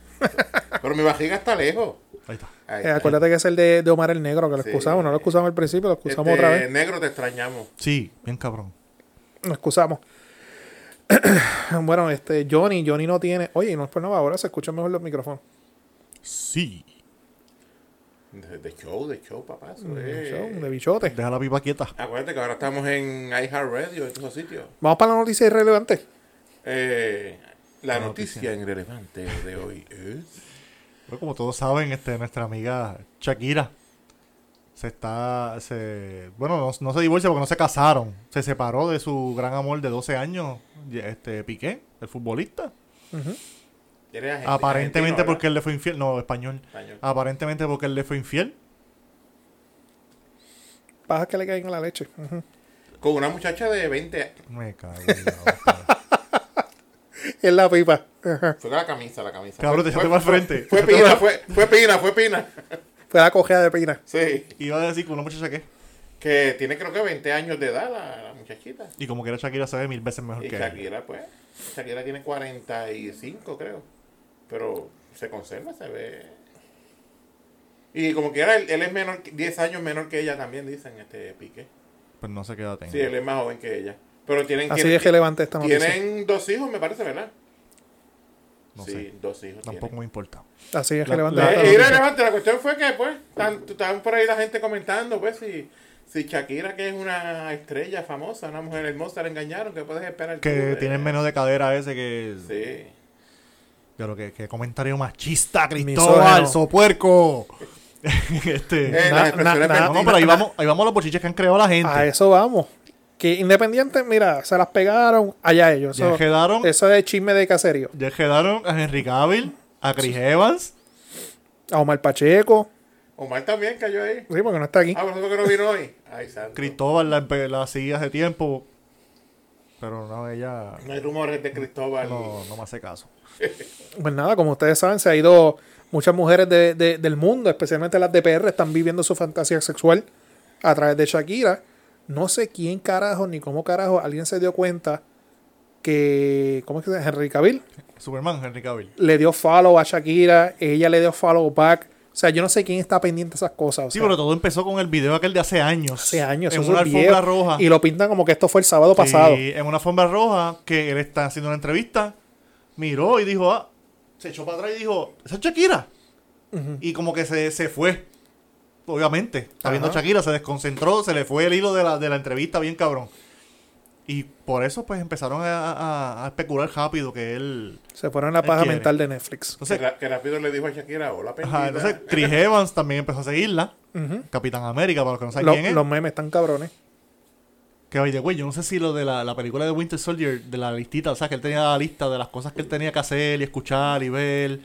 [SPEAKER 2] Pero mi barriga está lejos.
[SPEAKER 3] Ahí está.
[SPEAKER 2] Ahí
[SPEAKER 1] Eh,
[SPEAKER 2] está.
[SPEAKER 1] acuérdate que es el de, de Omar el Negro, que lo
[SPEAKER 2] Sí.
[SPEAKER 1] excusamos. No lo excusamos al principio, lo excusamos
[SPEAKER 2] Este,
[SPEAKER 1] otra vez.
[SPEAKER 2] Negro, te extrañamos.
[SPEAKER 3] Sí, bien cabrón.
[SPEAKER 1] Nos excusamos. <clears throat> bueno, este, Johnny, Johnny no tiene. Oye, y no es por nada, ahora se escuchan mejor los micrófonos.
[SPEAKER 3] Sí.
[SPEAKER 2] De, de show, de show, papá. eso es.
[SPEAKER 1] Show Mm, De bichote.
[SPEAKER 3] Deja la pipa quieta.
[SPEAKER 2] Acuérdate que ahora estamos en iHeartRadio, en todos sitios.
[SPEAKER 1] Vamos para la noticia irrelevante.
[SPEAKER 2] Eh, la
[SPEAKER 3] La
[SPEAKER 2] noticia,
[SPEAKER 3] noticia.
[SPEAKER 2] irrelevante de hoy es...
[SPEAKER 3] Pero como todos saben, este, nuestra amiga Shakira se está. Se, bueno, no, no se divorcia porque no se casaron. Se separó de su gran amor de 12 años, y- este Piqué, el futbolista.
[SPEAKER 2] Eres argenti-
[SPEAKER 3] Aparentemente
[SPEAKER 2] argentino,
[SPEAKER 3] porque él le fue infiel. No, español.
[SPEAKER 2] Español.
[SPEAKER 3] Aparentemente porque él le fue infiel.
[SPEAKER 1] Paja que le caigan la leche. Ujú.
[SPEAKER 2] ¿verdad? Con una muchacha de 20 años.
[SPEAKER 3] Me cago
[SPEAKER 2] <laughs>
[SPEAKER 3] en la hostia.
[SPEAKER 1] En la pipa. Ajá.
[SPEAKER 2] Fue con la camisa, la camisa.
[SPEAKER 3] Cabrón,
[SPEAKER 2] Fue-
[SPEAKER 3] te
[SPEAKER 2] fue-
[SPEAKER 3] echaste para el frente.
[SPEAKER 2] Fue pina, fue, fue pina, fue pina. <laughs>
[SPEAKER 1] Fue la cojea de pina.
[SPEAKER 2] Sí.
[SPEAKER 3] Iba a decir que una muchacha que.
[SPEAKER 2] Que tiene creo que 20 años de edad la, la muchachita.
[SPEAKER 3] Y como que era Shakira se ve mil veces mejor
[SPEAKER 2] Y
[SPEAKER 3] que él.
[SPEAKER 2] Shakira, pues. Shakira tiene 45, creo. Pero se conserva, se ve. Y como que era, él, él es menor, que- 10 años menor que ella también, dicen, este Piqué.
[SPEAKER 3] Pues no sé qué edad tenga.
[SPEAKER 2] Sí, él es más joven que ella. Pero tienen,
[SPEAKER 1] Así
[SPEAKER 2] tienen,
[SPEAKER 1] es relevante esta noticia.
[SPEAKER 2] tienen dos hijos, me parece, ¿verdad?
[SPEAKER 3] No
[SPEAKER 2] sí,
[SPEAKER 3] sé.
[SPEAKER 2] dos hijos.
[SPEAKER 3] Tampoco
[SPEAKER 2] tienen.
[SPEAKER 3] me importa.
[SPEAKER 1] Así es
[SPEAKER 3] La-
[SPEAKER 1] relevante
[SPEAKER 3] la-
[SPEAKER 1] esta
[SPEAKER 2] Eh,
[SPEAKER 1] noticia.
[SPEAKER 2] era relevante, la cuestión fue que, pues, tan- estaban por ahí la gente comentando, pues, si, si Shakira, que es una estrella famosa, una mujer hermosa, la engañaron, ¿qué puedes esperar? tú
[SPEAKER 3] Que
[SPEAKER 2] de-
[SPEAKER 3] tienen menos Eh, de cadera ese que.
[SPEAKER 2] Sí.
[SPEAKER 3] Pero que, que comentario machista, Cristóbal,
[SPEAKER 1] Misógino. <laughs>
[SPEAKER 3] sopuerco. este,
[SPEAKER 2] Eh,
[SPEAKER 1] Na-
[SPEAKER 2] las expresiones
[SPEAKER 1] na- na-
[SPEAKER 3] no, no,
[SPEAKER 2] vertiginosas.
[SPEAKER 3] pero ahí vamos, ahí vamos a los bochiches que han creado la gente.
[SPEAKER 1] A eso vamos. Que Independiente, mira, se las pegaron allá ellos.
[SPEAKER 3] Ya
[SPEAKER 1] Eso,
[SPEAKER 3] quedaron.
[SPEAKER 1] eso es chisme de caserío.
[SPEAKER 3] Ya quedaron a Henry Cavill, a Chris Evans.
[SPEAKER 1] A Omar Pacheco.
[SPEAKER 2] Omar también cayó ahí.
[SPEAKER 1] Sí, porque no está aquí.
[SPEAKER 2] Ah, pero que no vino hoy. Ay, santo.
[SPEAKER 3] Cristóbal la, empe- la seguí hace tiempo. Pero no, ella
[SPEAKER 2] No hay rumores de Cristóbal.
[SPEAKER 3] no, no me hace caso.
[SPEAKER 1] Pues nada, como ustedes saben, se ha ido muchas mujeres de- de- del mundo, especialmente las de PR, están viviendo su fantasía sexual a través de Shakira. No sé quién carajo ni cómo carajo alguien se dio cuenta que, ¿cómo es que se llama? Henry Cavill
[SPEAKER 3] Superman, Henry Cavill.
[SPEAKER 1] le dio follow a Shakira, ella le dio follow back. O sea, yo no sé quién está pendiente de esas cosas. o
[SPEAKER 3] Sí,
[SPEAKER 1] sea,
[SPEAKER 3] pero todo empezó con el video aquel de hace años.
[SPEAKER 1] hace años,
[SPEAKER 3] En
[SPEAKER 1] eso
[SPEAKER 3] una
[SPEAKER 1] es
[SPEAKER 3] alfombra
[SPEAKER 1] viejo,
[SPEAKER 3] roja.
[SPEAKER 1] Y lo pintan como que esto fue el sábado pasado.
[SPEAKER 3] Sí, en una alfombra roja que él está haciendo una entrevista, miró y dijo, ah, se echó para atrás y dijo, ¿esa es Shakira? Y como que se, se fue. Obviamente, está viendo a
[SPEAKER 1] Ajá.
[SPEAKER 3] Shakira, se desconcentró, se le fue el hilo de la, de la entrevista bien cabrón. Y por eso pues empezaron a, a- a especular rápido que él...
[SPEAKER 1] Se fueron la
[SPEAKER 3] Él
[SPEAKER 1] paja
[SPEAKER 3] quiere.
[SPEAKER 1] mental de Netflix.
[SPEAKER 2] Que,
[SPEAKER 3] Entonces,
[SPEAKER 2] ra- que rápido le dijo a Shakira, hola,
[SPEAKER 3] ajá,
[SPEAKER 2] pendita.
[SPEAKER 3] entonces Chris Evans también empezó a seguirla.
[SPEAKER 1] Ujú.
[SPEAKER 3] Capitán América, para los que no saben
[SPEAKER 1] Lo-
[SPEAKER 3] quién es.
[SPEAKER 1] los memes están cabrones.
[SPEAKER 3] Que oye, güey, yo no sé si lo de la, la película de Winter Soldier, de la listita, o sea, que él tenía la lista de las cosas que él tenía que hacer y escuchar y ver.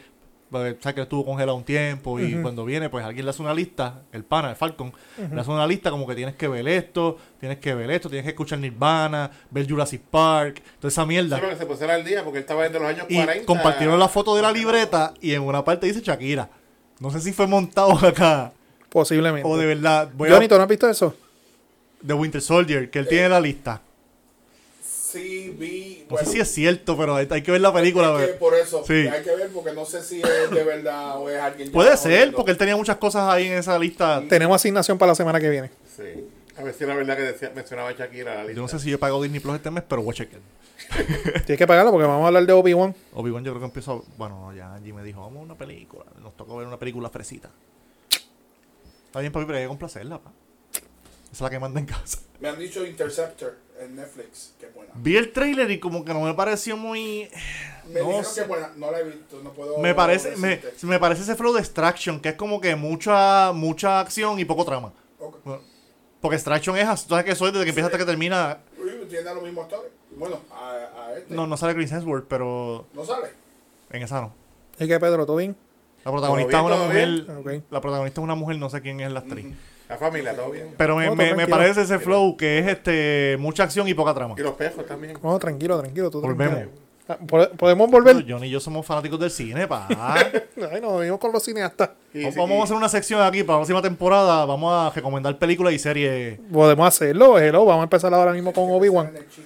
[SPEAKER 3] porque, O sea, que estuvo congelado un tiempo y cuando viene, pues alguien le hace una lista, el pana, el Falcon, le hace una lista como que tienes que ver esto, tienes que ver esto, tienes que escuchar Nirvana, ver Jurassic Park, toda esa mierda.
[SPEAKER 2] Solo que se pusiera al día porque él estaba desde los años
[SPEAKER 3] Y
[SPEAKER 2] 40.
[SPEAKER 3] compartieron la foto de la libreta y en una parte dice Shakira. No sé si fue montado acá
[SPEAKER 1] Posiblemente.
[SPEAKER 3] o de verdad. Voy a-
[SPEAKER 1] Johnny, ¿tú no has visto eso?
[SPEAKER 3] de Winter Soldier, que él tiene la lista.
[SPEAKER 5] Sí, vi.
[SPEAKER 3] No sé
[SPEAKER 5] bueno,
[SPEAKER 3] si es cierto, pero hay hay que ver la película. pues.
[SPEAKER 5] que
[SPEAKER 3] ¿verdad?
[SPEAKER 5] por eso,
[SPEAKER 3] Sí.
[SPEAKER 5] hay que ver porque no sé si es de verdad o es alguien.
[SPEAKER 3] Puede
[SPEAKER 5] llamado
[SPEAKER 3] ser,
[SPEAKER 5] viendo.
[SPEAKER 3] porque él tenía muchas cosas ahí en esa lista.
[SPEAKER 1] Tenemos asignación para la semana que viene.
[SPEAKER 2] Sí. A ver si era verdad que decía, mencionaba a Shakira la lista.
[SPEAKER 3] Yo no sé si yo pago Disney Plus este mes, pero voy a chequear.
[SPEAKER 1] Tienes que pagarlo porque vamos a hablar de Obi-Wan.
[SPEAKER 3] Obi-Wan yo creo que empiezo a... Bueno, no, ya Angie me dijo, vamos a una película. Nos tocó ver una película fresita. Está bien, papi, pero hay que complacerla, pa. Esa es la que manda en casa.
[SPEAKER 5] Me han dicho Interceptor. en Netflix, que es buena.
[SPEAKER 3] Vi el trailer y como que no me pareció muy...
[SPEAKER 5] Me
[SPEAKER 3] No
[SPEAKER 5] dijeron
[SPEAKER 3] sé.
[SPEAKER 5] que es buena, no la he visto, no puedo.
[SPEAKER 3] Me parece, me,
[SPEAKER 5] decirte.
[SPEAKER 3] me parece ese flow de Extraction, que es como que mucha mucha acción y poco trama.
[SPEAKER 5] Ok.
[SPEAKER 3] Porque Extraction es, as- tú sabes que soy desde que empieza hasta que termina,
[SPEAKER 5] Uy, Tiene a los mismos actores. Bueno, a, a este.
[SPEAKER 3] no, no sale Chris Hemsworth, pero
[SPEAKER 5] No sale.
[SPEAKER 3] en esa no.
[SPEAKER 1] ¿Y qué, Pedro? ¿Todo bien?
[SPEAKER 3] La protagonista es
[SPEAKER 2] bien,
[SPEAKER 3] una
[SPEAKER 2] todo
[SPEAKER 3] mujer,
[SPEAKER 1] bien. Ok.
[SPEAKER 3] la protagonista es una mujer, no sé quién es la actriz.
[SPEAKER 2] La familia, todo bien.
[SPEAKER 3] Pero me,
[SPEAKER 1] No,
[SPEAKER 3] me-
[SPEAKER 1] todo
[SPEAKER 3] me
[SPEAKER 1] tranquilo.
[SPEAKER 3] parece ese flow que es este mucha acción y poca trama.
[SPEAKER 2] Y los pejos también.
[SPEAKER 1] No, tranquilo, tranquilo. Tú tranquilo.
[SPEAKER 3] Volvemos.
[SPEAKER 1] Ah, ¿pod- ¿Podemos volver?
[SPEAKER 3] John y yo somos fanáticos del
[SPEAKER 2] <laughs>
[SPEAKER 3] cine, pa.
[SPEAKER 1] Ay, nos venimos con los cineastas.
[SPEAKER 2] Y-
[SPEAKER 3] Vamos-
[SPEAKER 2] y-
[SPEAKER 3] Vamos a hacer una sección aquí para la próxima temporada. Vamos a recomendar películas y series.
[SPEAKER 1] Podemos hacerlo, hello. Vamos a empezar ahora mismo con
[SPEAKER 5] En
[SPEAKER 1] Obi-Wan.
[SPEAKER 5] el chiste.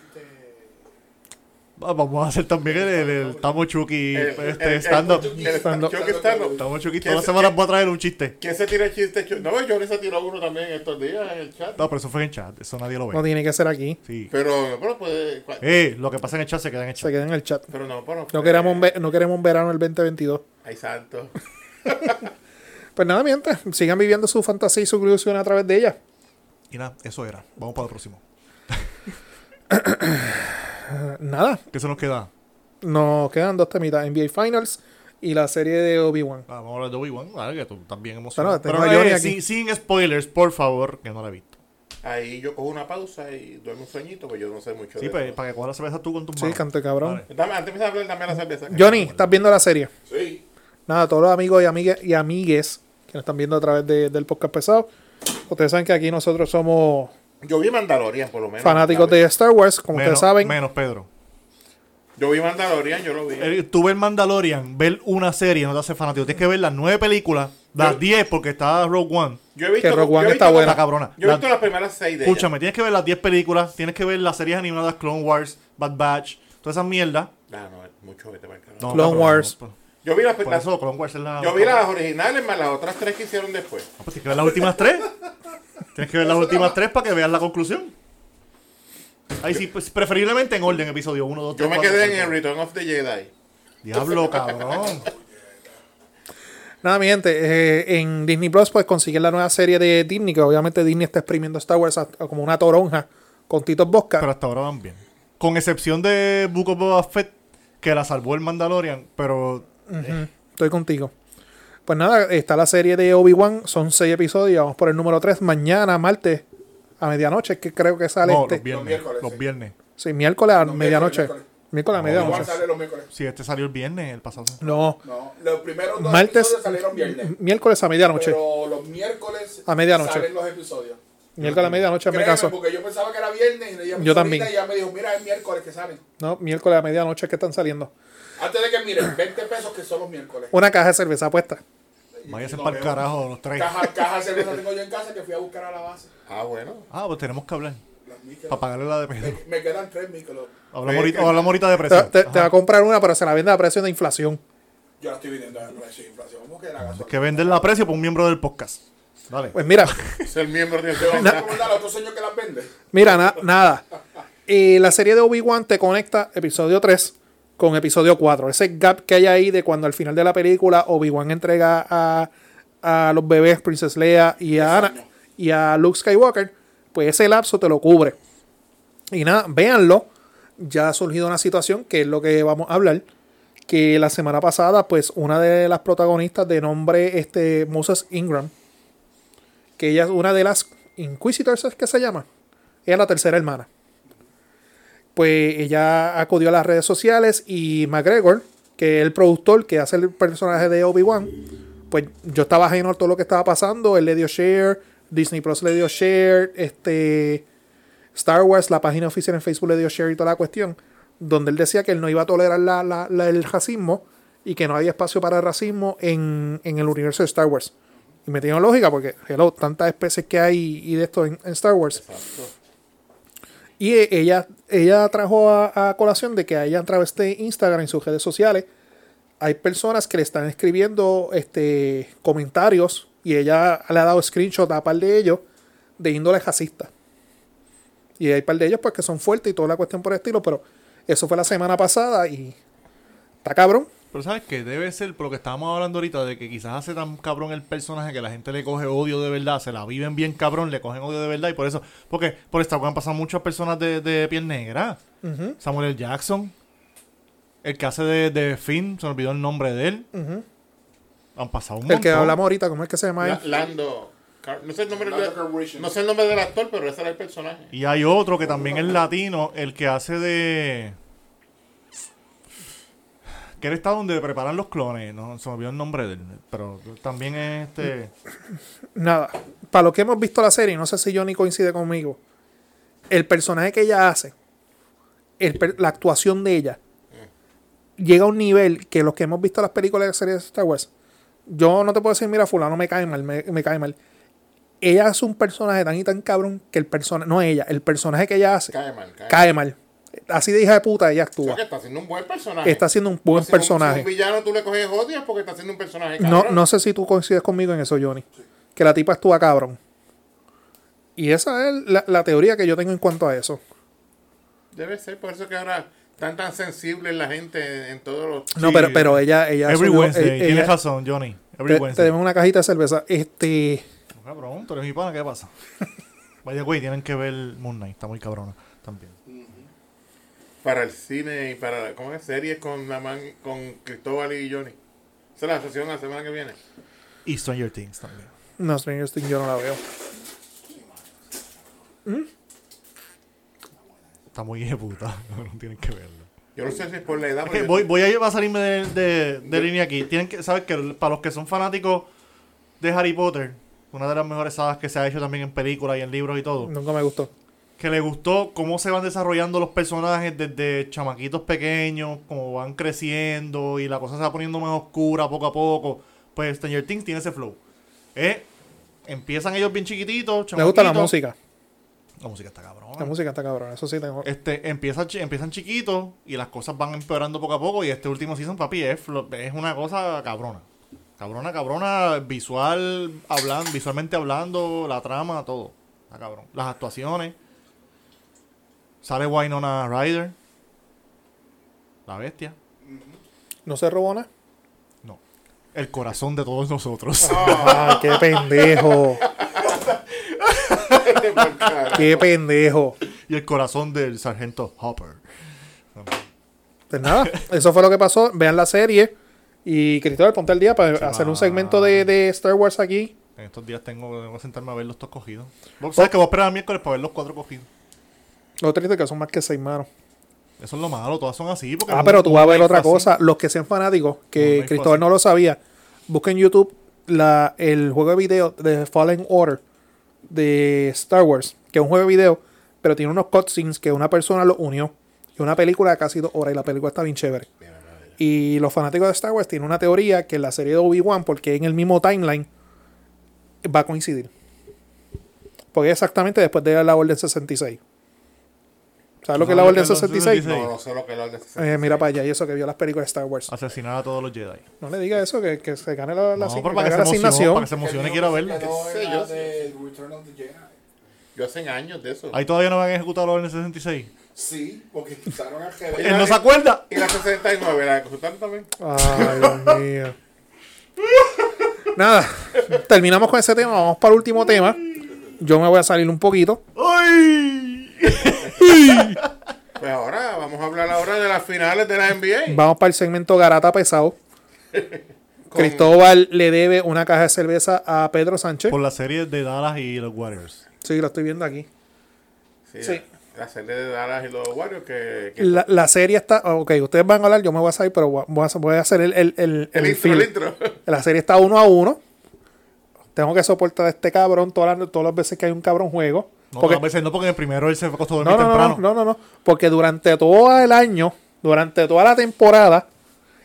[SPEAKER 3] Va- Vamos a hacer también el, el, el Tamo Chucky
[SPEAKER 2] el- el-
[SPEAKER 3] este,
[SPEAKER 2] el-
[SPEAKER 3] stand-up.
[SPEAKER 2] el- el-
[SPEAKER 1] Stand-up.
[SPEAKER 2] Chucky stand-up.
[SPEAKER 3] Tamo Chucky,
[SPEAKER 2] ¿Quién
[SPEAKER 3] todas
[SPEAKER 2] se-
[SPEAKER 3] las semanas
[SPEAKER 2] quién-
[SPEAKER 3] voy a traer un chiste.
[SPEAKER 2] ¿Quién se tira el chiste? Chu- No, Johnny se tiró uno también estos días en el chat.
[SPEAKER 3] No, pero eso fue en chat. Eso nadie lo
[SPEAKER 1] No
[SPEAKER 3] ve.
[SPEAKER 1] tiene que ser aquí.
[SPEAKER 3] Sí.
[SPEAKER 2] Pero, pero, pues, cua-
[SPEAKER 3] Eh, lo que pasa en el chat se queda en el
[SPEAKER 1] Se
[SPEAKER 3] chat.
[SPEAKER 1] queda en el chat.
[SPEAKER 2] pero no, pero. eh,
[SPEAKER 1] No queremos un, ve- no queremos un verano el 2022.
[SPEAKER 2] Ay, santo.
[SPEAKER 1] Pues nada, mientras. Sigan viviendo su fantasía y su ilusión a través de ella.
[SPEAKER 3] Y nada, eso era. Vamos para el próximo.
[SPEAKER 1] Ah, Nada.
[SPEAKER 3] ¿Qué se nos queda?
[SPEAKER 1] Nos quedan dos temitas. NBA Finals y la serie de Obi-Wan.
[SPEAKER 3] Ah, vamos a hablar de Obi-Wan. Ahora que tú también emocionado.
[SPEAKER 1] Bueno, tengo
[SPEAKER 3] Pero
[SPEAKER 1] a Johnny
[SPEAKER 3] eh,
[SPEAKER 1] aquí.
[SPEAKER 3] sin, sin spoilers, por favor, que no la he visto.
[SPEAKER 2] Ahí yo cojo una pausa y duermo un sueñito, pues yo no sé mucho.
[SPEAKER 3] Sí,
[SPEAKER 2] de
[SPEAKER 3] pues,
[SPEAKER 2] eso.
[SPEAKER 3] para que cojas la cerveza tú con tus
[SPEAKER 1] Sí,
[SPEAKER 3] manos.
[SPEAKER 1] canto de cabrón.
[SPEAKER 3] Vale.
[SPEAKER 2] Dame, antes de hablar, dame la cerveza. que-
[SPEAKER 1] Johnny, ¿estás viendo la serie?
[SPEAKER 5] Sí.
[SPEAKER 1] Nada, todos los amigos y, amigas y amigues que nos están viendo a través de- del podcast pesado. Ustedes saben que aquí nosotros somos
[SPEAKER 2] Yo vi Mandalorian, por lo menos.
[SPEAKER 1] fanáticos
[SPEAKER 2] ¿sabes?
[SPEAKER 1] de Star Wars, como
[SPEAKER 3] Menos-
[SPEAKER 1] ustedes saben.
[SPEAKER 3] Menos Pedro.
[SPEAKER 2] Yo vi Mandalorian, yo lo vi.
[SPEAKER 3] Eh, Tú ver Mandalorian, ver una serie, no te hace fanático. Tienes que ver las nueve películas, las diez, porque está Rogue One.
[SPEAKER 2] Yo he visto.
[SPEAKER 1] que Rogue
[SPEAKER 2] yo
[SPEAKER 1] One
[SPEAKER 2] he visto
[SPEAKER 1] está
[SPEAKER 2] como-
[SPEAKER 1] buena.
[SPEAKER 3] Está cabrona.
[SPEAKER 2] Yo he
[SPEAKER 3] La-
[SPEAKER 2] visto las primeras seis de
[SPEAKER 3] Escúchame, tienes que ver las diez películas, tienes que ver las series animadas Clone Wars, Bad Batch, todas esas mierdas.
[SPEAKER 2] ellas. Ah, no, es mucho vete para el carajo.
[SPEAKER 3] No,
[SPEAKER 1] Clone
[SPEAKER 3] cabrón,
[SPEAKER 1] Wars.
[SPEAKER 3] no, por-
[SPEAKER 2] Yo vi las
[SPEAKER 3] por
[SPEAKER 2] las-
[SPEAKER 3] eso Clone Wars es la.
[SPEAKER 2] Yo vi las originales más las otras tres que hicieron después.
[SPEAKER 3] No, pues tienes que ver las últimas tres. tienes que ver las últimas tres para que veas la conclusión. Ahí sí, pues preferiblemente en orden, episodio 1, 2, 3.
[SPEAKER 2] Yo me quedé en el Return of the Jedi.
[SPEAKER 3] Diablo, cabrón.
[SPEAKER 1] Nada, mi gente, eh, en Disney Plus pues consiguen la nueva serie de Disney, que obviamente Disney está exprimiendo Star Wars a- a como una toronja con Tito Bosca.
[SPEAKER 3] Pero hasta ahora van bien. Con excepción de Book of Boba Fett, que la salvó el Mandalorian, pero.
[SPEAKER 1] Ujú, Estoy contigo. Pues nada, está la serie de Obi-Wan, son seis episodios, vamos por el número 3 mañana, martes, a medianoche, que creo que sale
[SPEAKER 3] No,
[SPEAKER 1] este.
[SPEAKER 3] los viernes. Los viernes.
[SPEAKER 5] miércoles, sí.
[SPEAKER 1] Sí, miércoles a
[SPEAKER 5] No,
[SPEAKER 1] medianoche.
[SPEAKER 5] miércoles,
[SPEAKER 1] Miércoles a
[SPEAKER 5] Igual
[SPEAKER 1] medianoche.
[SPEAKER 5] sale los miércoles.
[SPEAKER 3] Sí, este salió el viernes, el pasado.
[SPEAKER 1] No,
[SPEAKER 5] No, los primeros dos
[SPEAKER 1] martes,
[SPEAKER 5] episodios salieron viernes.
[SPEAKER 1] m- miércoles a medianoche.
[SPEAKER 5] Pero los miércoles
[SPEAKER 1] A medianoche.
[SPEAKER 5] salen los episodios.
[SPEAKER 3] Este
[SPEAKER 1] miércoles a medianoche, me
[SPEAKER 5] Créeme,
[SPEAKER 1] caso.
[SPEAKER 5] porque yo pensaba que era viernes y le llamé
[SPEAKER 1] Yo
[SPEAKER 5] ahorita
[SPEAKER 1] también.
[SPEAKER 5] y ella me dijo, mira, es miércoles que salen.
[SPEAKER 1] No, miércoles a medianoche que están saliendo.
[SPEAKER 5] Antes de que miren, 20 pesos que son los miércoles.
[SPEAKER 1] Una caja de cerveza puesta.
[SPEAKER 3] Váyase para el carajo los tres.
[SPEAKER 5] Caja, caja de cerveza tengo yo en casa que fui a buscar a la base.
[SPEAKER 2] Ah, bueno.
[SPEAKER 3] Ah, pues tenemos que hablar.
[SPEAKER 5] Las
[SPEAKER 3] Para
[SPEAKER 5] micros.
[SPEAKER 3] pagarle la de Pedro.
[SPEAKER 5] Me, me quedan tres micros.
[SPEAKER 3] Hablamos ahorita, o hablamos ahorita de
[SPEAKER 1] Te,
[SPEAKER 3] precio.
[SPEAKER 1] te- te va a comprar una, pero se la vende a precio de inflación.
[SPEAKER 5] Yo la estoy vendiendo en el precio de inflación. ¿Cómo que la gasolina?
[SPEAKER 3] Que venderla a precio por un miembro del podcast. Dale.
[SPEAKER 1] Pues mira,
[SPEAKER 2] Ser miembro de
[SPEAKER 1] <laughs>
[SPEAKER 5] ¿Te vas a recomendar a otro señor que
[SPEAKER 2] <laughs>
[SPEAKER 5] las vende?
[SPEAKER 1] mira, na- nada. Eh, la serie de Obi-Wan te conecta episodio 3 con episodio 4. Ese gap que hay ahí de cuando al final de la película Obi-Wan entrega a, a los bebés Princess Leia y a, Ana, y a Luke Skywalker, pues ese lapso te lo cubre. Y nada, véanlo. Ya ha surgido una situación que es lo que vamos a hablar. Que la semana pasada, pues una de las protagonistas de nombre este, Moses Ingram, que ella es una de las Inquisitors, ¿es que se llama? Ella es la tercera hermana. Pues ella acudió a las redes sociales y McGregor, que es el productor que hace el personaje de Obi-Wan, pues yo estaba ajeno a todo lo que estaba pasando. Él le dio share, Disney Plus le dio share, este. Star Wars, la página oficial en Facebook le dio share y toda la cuestión, donde él decía que él no iba a tolerar la- la- la- el racismo y que no había espacio para el racismo en, en el universo de Star Wars. Y me tiene lógica porque, hello, tantas especies que hay y de esto en, en Star Wars. Y eh, ella, ella trajo a, a colación de que a ella a través de Instagram y sus redes sociales hay personas que le están escribiendo este, comentarios y ella le ha dado screenshot a par de ellos de índole racista. Y hay par de ellos pues que son fuertes y toda la cuestión por el estilo, pero eso fue la semana pasada y está cabrón.
[SPEAKER 3] Pero sabes que debe ser, por lo que estábamos hablando ahorita, de que quizás hace tan cabrón el personaje que la gente le coge odio de verdad, se la viven bien cabrón, le cogen odio de verdad y por eso, porque por esta han pasado muchas personas de, de piel negra.
[SPEAKER 1] Ujú,
[SPEAKER 3] Samuel L. Jackson, el que hace de, de Finn, se me olvidó el nombre de él.
[SPEAKER 1] ujú.
[SPEAKER 3] Han pasado un montón.
[SPEAKER 1] El que hablamos ahorita, ¿cómo es que se llama? él?
[SPEAKER 2] La- Lando. Car- no, sé el nombre
[SPEAKER 5] Lando
[SPEAKER 2] de-
[SPEAKER 5] Calrissian.
[SPEAKER 2] no sé el nombre del actor, pero ese era el personaje.
[SPEAKER 3] Y hay otro que también es latino, el que hace de. Que él está donde preparan los clones, no se me olvidó el nombre de él, pero también es este.
[SPEAKER 1] Nada. Para lo que hemos visto la serie, no sé si Johnny coincide conmigo. El personaje que ella hace, el per- la actuación de ella, llega a un nivel que los que hemos visto las películas de la serie de Star Wars, yo no te puedo decir, mira, fulano me cae mal, me, me cae mal. Ella hace un personaje tan y tan cabrón que el personaje, no ella, el personaje que ella hace cae,
[SPEAKER 2] Cae mal, cae,
[SPEAKER 1] mal. Así de hija de puta ella
[SPEAKER 2] O sea,
[SPEAKER 1] actúa.
[SPEAKER 2] que está haciendo un buen personaje.
[SPEAKER 1] Está haciendo un buen
[SPEAKER 2] Si un- Si
[SPEAKER 1] personaje.
[SPEAKER 2] un villano tú le coges odio es porque está haciendo un personaje
[SPEAKER 1] No,
[SPEAKER 2] cabrón.
[SPEAKER 1] no sé si tú coincides conmigo en eso, Johnny. Que la tipa actúa cabrón. Y esa es la, la teoría que yo tengo en cuanto a eso.
[SPEAKER 2] Debe ser por eso que ahora están tan sensibles la gente en todos los...
[SPEAKER 1] No, pero, pero ella, ella
[SPEAKER 3] Every
[SPEAKER 1] subió-
[SPEAKER 3] Wednesday,
[SPEAKER 1] eh,
[SPEAKER 3] tienes
[SPEAKER 1] ella-
[SPEAKER 3] razón, Johnny.
[SPEAKER 1] te,
[SPEAKER 3] Every
[SPEAKER 1] te
[SPEAKER 3] Wednesday.
[SPEAKER 1] deben una cajita de cerveza. Este,
[SPEAKER 3] Cabrón, tú eres mi pana, ¿qué pasa? <laughs> Vaya, güey, tienen que ver Moon Knight, está muy cabrona también.
[SPEAKER 2] Para el cine y para... ¿Cómo es? Series con, la man, con Cristóbal y Johnny. Esa es la sesión la semana que viene.
[SPEAKER 3] Y Stranger Things también.
[SPEAKER 1] no, Stranger Things yo no la veo.
[SPEAKER 3] Está muy <laughs> ejecutada, no tienen que verlo.
[SPEAKER 2] Yo no sé si es por la edad,
[SPEAKER 1] <laughs>
[SPEAKER 3] Es que
[SPEAKER 2] pero yo-
[SPEAKER 3] voy, voy a, ir- va a salirme de, de- de línea aquí. Tienen que, sabes que para los que son fanáticos de Harry Potter, una de las mejores sagas que se ha hecho también en películas y en libros y todo,
[SPEAKER 1] Nunca me gustó.
[SPEAKER 3] que le gustó cómo se van desarrollando los personajes desde chamaquitos pequeños, cómo van creciendo y la cosa se va poniendo más oscura poco a poco. Pues Stranger Things tiene ese flow. Eh, empiezan ellos bien chiquititos,
[SPEAKER 1] Me gusta la
[SPEAKER 3] chamaquitos.
[SPEAKER 1] música.
[SPEAKER 3] La música está cabrona.
[SPEAKER 1] La música está cabrón. Eso sí tengo.
[SPEAKER 3] Este, empieza, chi- empiezan chiquitos y las cosas van empeorando poco a poco. Y este último season, papi, es, flo- es una cosa cabrona. Cabrona, cabrona, visual, hablando, visualmente hablando, la trama, todo. Está cabrón. Las actuaciones. Sale Winona Ryder. La bestia.
[SPEAKER 1] ¿No se robó nada?
[SPEAKER 3] No. El corazón de todos nosotros. <laughs>
[SPEAKER 1] Ah, qué pendejo.
[SPEAKER 2] por cara.
[SPEAKER 1] Qué pendejo.
[SPEAKER 3] y el corazón del sargento Hopper.
[SPEAKER 1] Pues nada, eso fue lo que pasó. Vean la serie. Y Cristóbal, ponte al día para
[SPEAKER 3] Se
[SPEAKER 1] hacer
[SPEAKER 3] va.
[SPEAKER 1] un segmento de, de Star Wars aquí.
[SPEAKER 3] En estos días tengo, tengo que sentarme a ver los dos cogidos. Vos sabes que voy a esperar a miércoles para ver los cuatro cogidos.
[SPEAKER 1] Lo triste es que son más que seis manos.
[SPEAKER 3] Eso es lo malo, todas son así. Porque
[SPEAKER 1] Ah,
[SPEAKER 3] no-
[SPEAKER 1] pero tú
[SPEAKER 3] no
[SPEAKER 1] vas a ver
[SPEAKER 3] hay
[SPEAKER 1] otra
[SPEAKER 3] fácil.
[SPEAKER 1] cosa. Los que sean fanáticos,
[SPEAKER 3] No,
[SPEAKER 1] que
[SPEAKER 3] no es
[SPEAKER 1] Cristóbal
[SPEAKER 3] fácil.
[SPEAKER 1] no lo sabía, busquen en YouTube la, el juego de video de Fallen Order de Star Wars, que es un juego de video, pero tiene unos cutscenes que una persona lo unió. Y una película de casi dos horas, y la película está bien chévere. Y los fanáticos de Star Wars tienen una teoría que la serie de Obi-Wan, porque en el mismo timeline, va a coincidir. Porque es exactamente después de la Orden 66. ¿Sabes lo que es la Orden
[SPEAKER 3] ¿Sabes lo Ah, que es la Orden
[SPEAKER 1] 66?
[SPEAKER 3] 66?
[SPEAKER 2] No, no sé lo que lo de
[SPEAKER 1] Eh, mira para allá, y eso que vio las películas de Star Wars.
[SPEAKER 3] Asesinar a todos los Jedi.
[SPEAKER 1] No le diga eso, que, que se gane la, la,
[SPEAKER 3] Ah. No,
[SPEAKER 1] asign-
[SPEAKER 3] pero
[SPEAKER 1] que
[SPEAKER 3] para que,
[SPEAKER 1] haga la
[SPEAKER 3] se emocione, para que se
[SPEAKER 1] asignación.
[SPEAKER 3] emocione, quiero verla.
[SPEAKER 5] Quedó
[SPEAKER 2] Qué sé
[SPEAKER 5] en
[SPEAKER 2] yo,
[SPEAKER 5] la
[SPEAKER 2] sí.
[SPEAKER 5] del Return of the Jedi.
[SPEAKER 2] Yo hace años de eso.
[SPEAKER 3] Ahí todavía no me han ejecutado la orden 66.
[SPEAKER 5] Sí, porque quitaron a Jedi.
[SPEAKER 3] Él no se acuerda.
[SPEAKER 2] Y la 69, la consultaron también.
[SPEAKER 1] Ay, Dios mío. Nada, terminamos con ese tema, vamos para el último tema. Yo me voy a salir un poquito.
[SPEAKER 3] ¡Ay! <laughs>
[SPEAKER 2] Pues ahora vamos a hablar ahora de las finales de la NBA.
[SPEAKER 1] Vamos para el segmento Garata Pesado.
[SPEAKER 2] Con-
[SPEAKER 1] Cristóbal le debe una caja de cerveza a Pedro Sánchez.
[SPEAKER 3] Por la serie de Dallas y los Warriors.
[SPEAKER 1] Sí, lo estoy viendo aquí.
[SPEAKER 2] Sí,
[SPEAKER 1] sí.
[SPEAKER 2] La serie de Dallas y los Warriors que... que-
[SPEAKER 1] La, la serie está. Ok, ustedes van a hablar, yo me voy a salir, pero voy a- voy a, voy a hacer el, el, el,
[SPEAKER 2] el,
[SPEAKER 1] el
[SPEAKER 2] intro,
[SPEAKER 1] feel.
[SPEAKER 2] el intro. <laughs> Pues
[SPEAKER 1] La serie está uno a uno. Tengo que soportar a este cabrón todas las, todas las veces que hay un cabrón juego.
[SPEAKER 3] No,
[SPEAKER 1] porque,
[SPEAKER 3] a veces no, porque en el primero él se acostó a dormir
[SPEAKER 1] no, no,
[SPEAKER 3] temprano.
[SPEAKER 1] no, no, no, no. Porque durante todo el año, durante toda la temporada,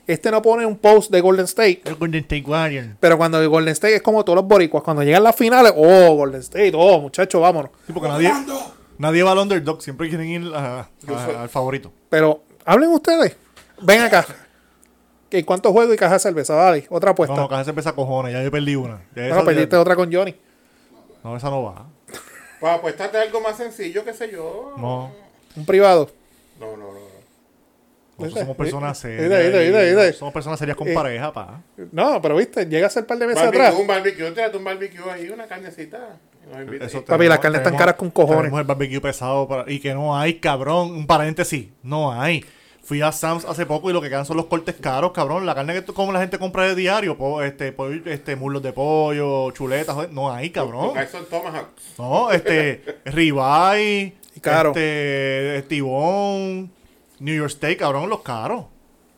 [SPEAKER 1] este no pone un post de Golden State.
[SPEAKER 3] El Golden State Warriors.
[SPEAKER 1] Pero cuando el Golden State es como todos los boricuas, cuando llegan las finales, oh, Golden State, oh, muchachos, vámonos.
[SPEAKER 3] Sí, porque nadie, nadie va al underdog. Siempre quieren ir a- a- al favorito.
[SPEAKER 1] Pero hablen ustedes. Ven acá. ¿Que ¿Cuánto juego y caja de cerveza? Dale, otra apuesta.
[SPEAKER 3] No, no, casi se empieza a cojones. Ya yo perdí una. Ya
[SPEAKER 1] Bueno,
[SPEAKER 3] esa-
[SPEAKER 1] perdiste otra con Johnny.
[SPEAKER 3] No, esa no va.
[SPEAKER 2] Para apuestarte algo más sencillo, qué sé yo.
[SPEAKER 3] No.
[SPEAKER 1] Un privado.
[SPEAKER 2] No, no, no. no.
[SPEAKER 3] Nosotros somos
[SPEAKER 1] Viste,
[SPEAKER 3] personas
[SPEAKER 1] viste,
[SPEAKER 3] serias.
[SPEAKER 1] viste, viste,
[SPEAKER 3] y
[SPEAKER 1] viste.
[SPEAKER 3] Somos personas serias con
[SPEAKER 1] Eh,
[SPEAKER 3] pareja, pa.
[SPEAKER 1] No, pero viste, llega a ser par de meses atrás.
[SPEAKER 2] Barbecue, un barbecue, tírate un barbecue ahí, una carnecita. Nos invita
[SPEAKER 3] Eso
[SPEAKER 2] ahí.
[SPEAKER 1] Papi,
[SPEAKER 3] tenemos-
[SPEAKER 1] las carnes están
[SPEAKER 3] tenemos-
[SPEAKER 1] caras con cojones.
[SPEAKER 3] Tenemos el barbecue pesado para- y que no hay, cabrón. Un paréntesis, no hay. Fui a Sam's hace poco y lo que quedan son los cortes caros, cabrón. La carne que tú- como la gente compra de diario, po- este, po- este, muslos de pollo, chuletas, joder, no hay, cabrón.
[SPEAKER 2] Lo que hay son tomahawk.
[SPEAKER 3] No, este, ribeye,
[SPEAKER 1] Y caro.
[SPEAKER 3] este, tibón, New York Steak, cabrón, los caros.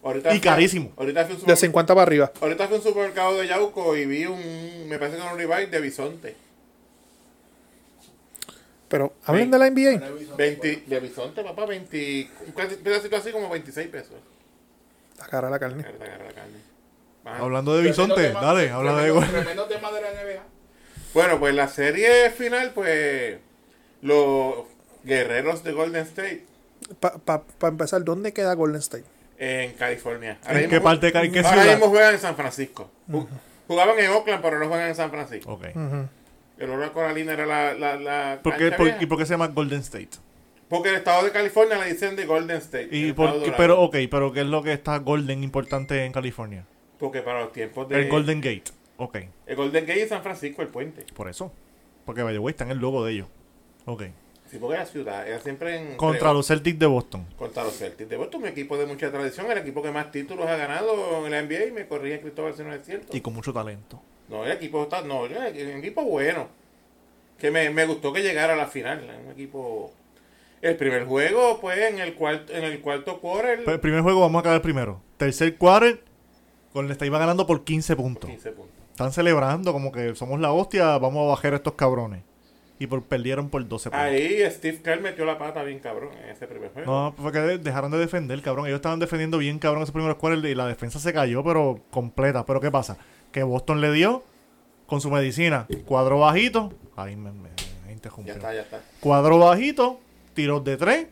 [SPEAKER 2] Ahorita
[SPEAKER 3] Y
[SPEAKER 2] fui-
[SPEAKER 3] carísimo.
[SPEAKER 2] Ahorita fui, a un
[SPEAKER 1] De
[SPEAKER 2] supermerc-
[SPEAKER 1] 50 para arriba.
[SPEAKER 2] ahorita fui a un supermercado de Yauco y vi un, me parece que era un ribeye de bisonte.
[SPEAKER 1] Pero hablen de la NBA.
[SPEAKER 5] Televisión,
[SPEAKER 2] 20, de bisonte, papá, 20, un casi- un pedacito así como 26 pesos.
[SPEAKER 1] La cara de la carne.
[SPEAKER 2] Carta, carta, carne. Ajá.
[SPEAKER 1] Ah.
[SPEAKER 3] Hablando de
[SPEAKER 5] Tremendo
[SPEAKER 3] bisonte,
[SPEAKER 5] tema-
[SPEAKER 3] dale, habla de
[SPEAKER 5] tremendo- Tremendo tema de la NBA.
[SPEAKER 2] Bueno, pues la serie final, pues los guerreros de Golden State
[SPEAKER 1] Para empezar, ¿dónde queda Golden State?
[SPEAKER 2] en California.
[SPEAKER 3] ¿En qué parte de Cali- en qué
[SPEAKER 2] Ahora
[SPEAKER 3] ciudad?
[SPEAKER 2] mismo juegan en San Francisco. Ju- Jugaban en Oakland, pero no juegan en San Francisco.
[SPEAKER 3] Ok.
[SPEAKER 1] Hmm.
[SPEAKER 2] El Oro Coralina era la. la, la
[SPEAKER 3] ¿Por qué,
[SPEAKER 2] cancha
[SPEAKER 3] por-
[SPEAKER 2] vieja.
[SPEAKER 3] ¿Y por qué se llama Golden State?
[SPEAKER 2] Porque el estado de California le dicen de Golden State.
[SPEAKER 3] Y
[SPEAKER 2] el
[SPEAKER 3] por-
[SPEAKER 2] estado
[SPEAKER 3] y-
[SPEAKER 2] dorado.
[SPEAKER 3] pero, ok, pero ¿qué es lo que está Golden importante en California?
[SPEAKER 2] Porque para los tiempos de.
[SPEAKER 3] El Golden Gate. Ok,
[SPEAKER 2] el Golden Gate y San Francisco, el puente.
[SPEAKER 3] por eso. Porque Vaya está en el logo de ellos. Ok.
[SPEAKER 2] Sí, porque era ciudad, era siempre en.
[SPEAKER 3] Contra los Celtics de Boston.
[SPEAKER 2] Contra los Celtics. De Boston, un equipo de mucha tradición, el equipo que más títulos ha ganado en la NBA. Y me corría Cristóbal si no es cierto.
[SPEAKER 3] Y con mucho talento.
[SPEAKER 2] No, el equipo está, no, era un equipo bueno. Que me, me gustó que llegara a la final. era Un equipo. El primer juego, pues, en el cuarto, en el cuarto quarter,
[SPEAKER 3] Pero el primer juego vamos a acabar primero. Tercer quarter, Golden State va ganando por 15 puntos.
[SPEAKER 2] 15 puntos.
[SPEAKER 3] Están celebrando como que somos la hostia, vamos a bajar a estos cabrones. Y por, perdieron por 12 puntos.
[SPEAKER 2] Ahí Steve Kerr metió la pata bien cabrón en ese primer juego. <laughs>
[SPEAKER 3] No, fue que de- dejaron de defender, cabrón. Ellos estaban defendiendo bien, cabrón, esos primeros cuartos y la defensa se cayó, pero completa. Pero ¿qué pasa? Que Boston le dio con su medicina. Cuadro bajito. Ahí me, me- me
[SPEAKER 2] Ya
[SPEAKER 3] interrumpió.
[SPEAKER 2] está, ya está.
[SPEAKER 3] Cuadro bajito, tiros de tres.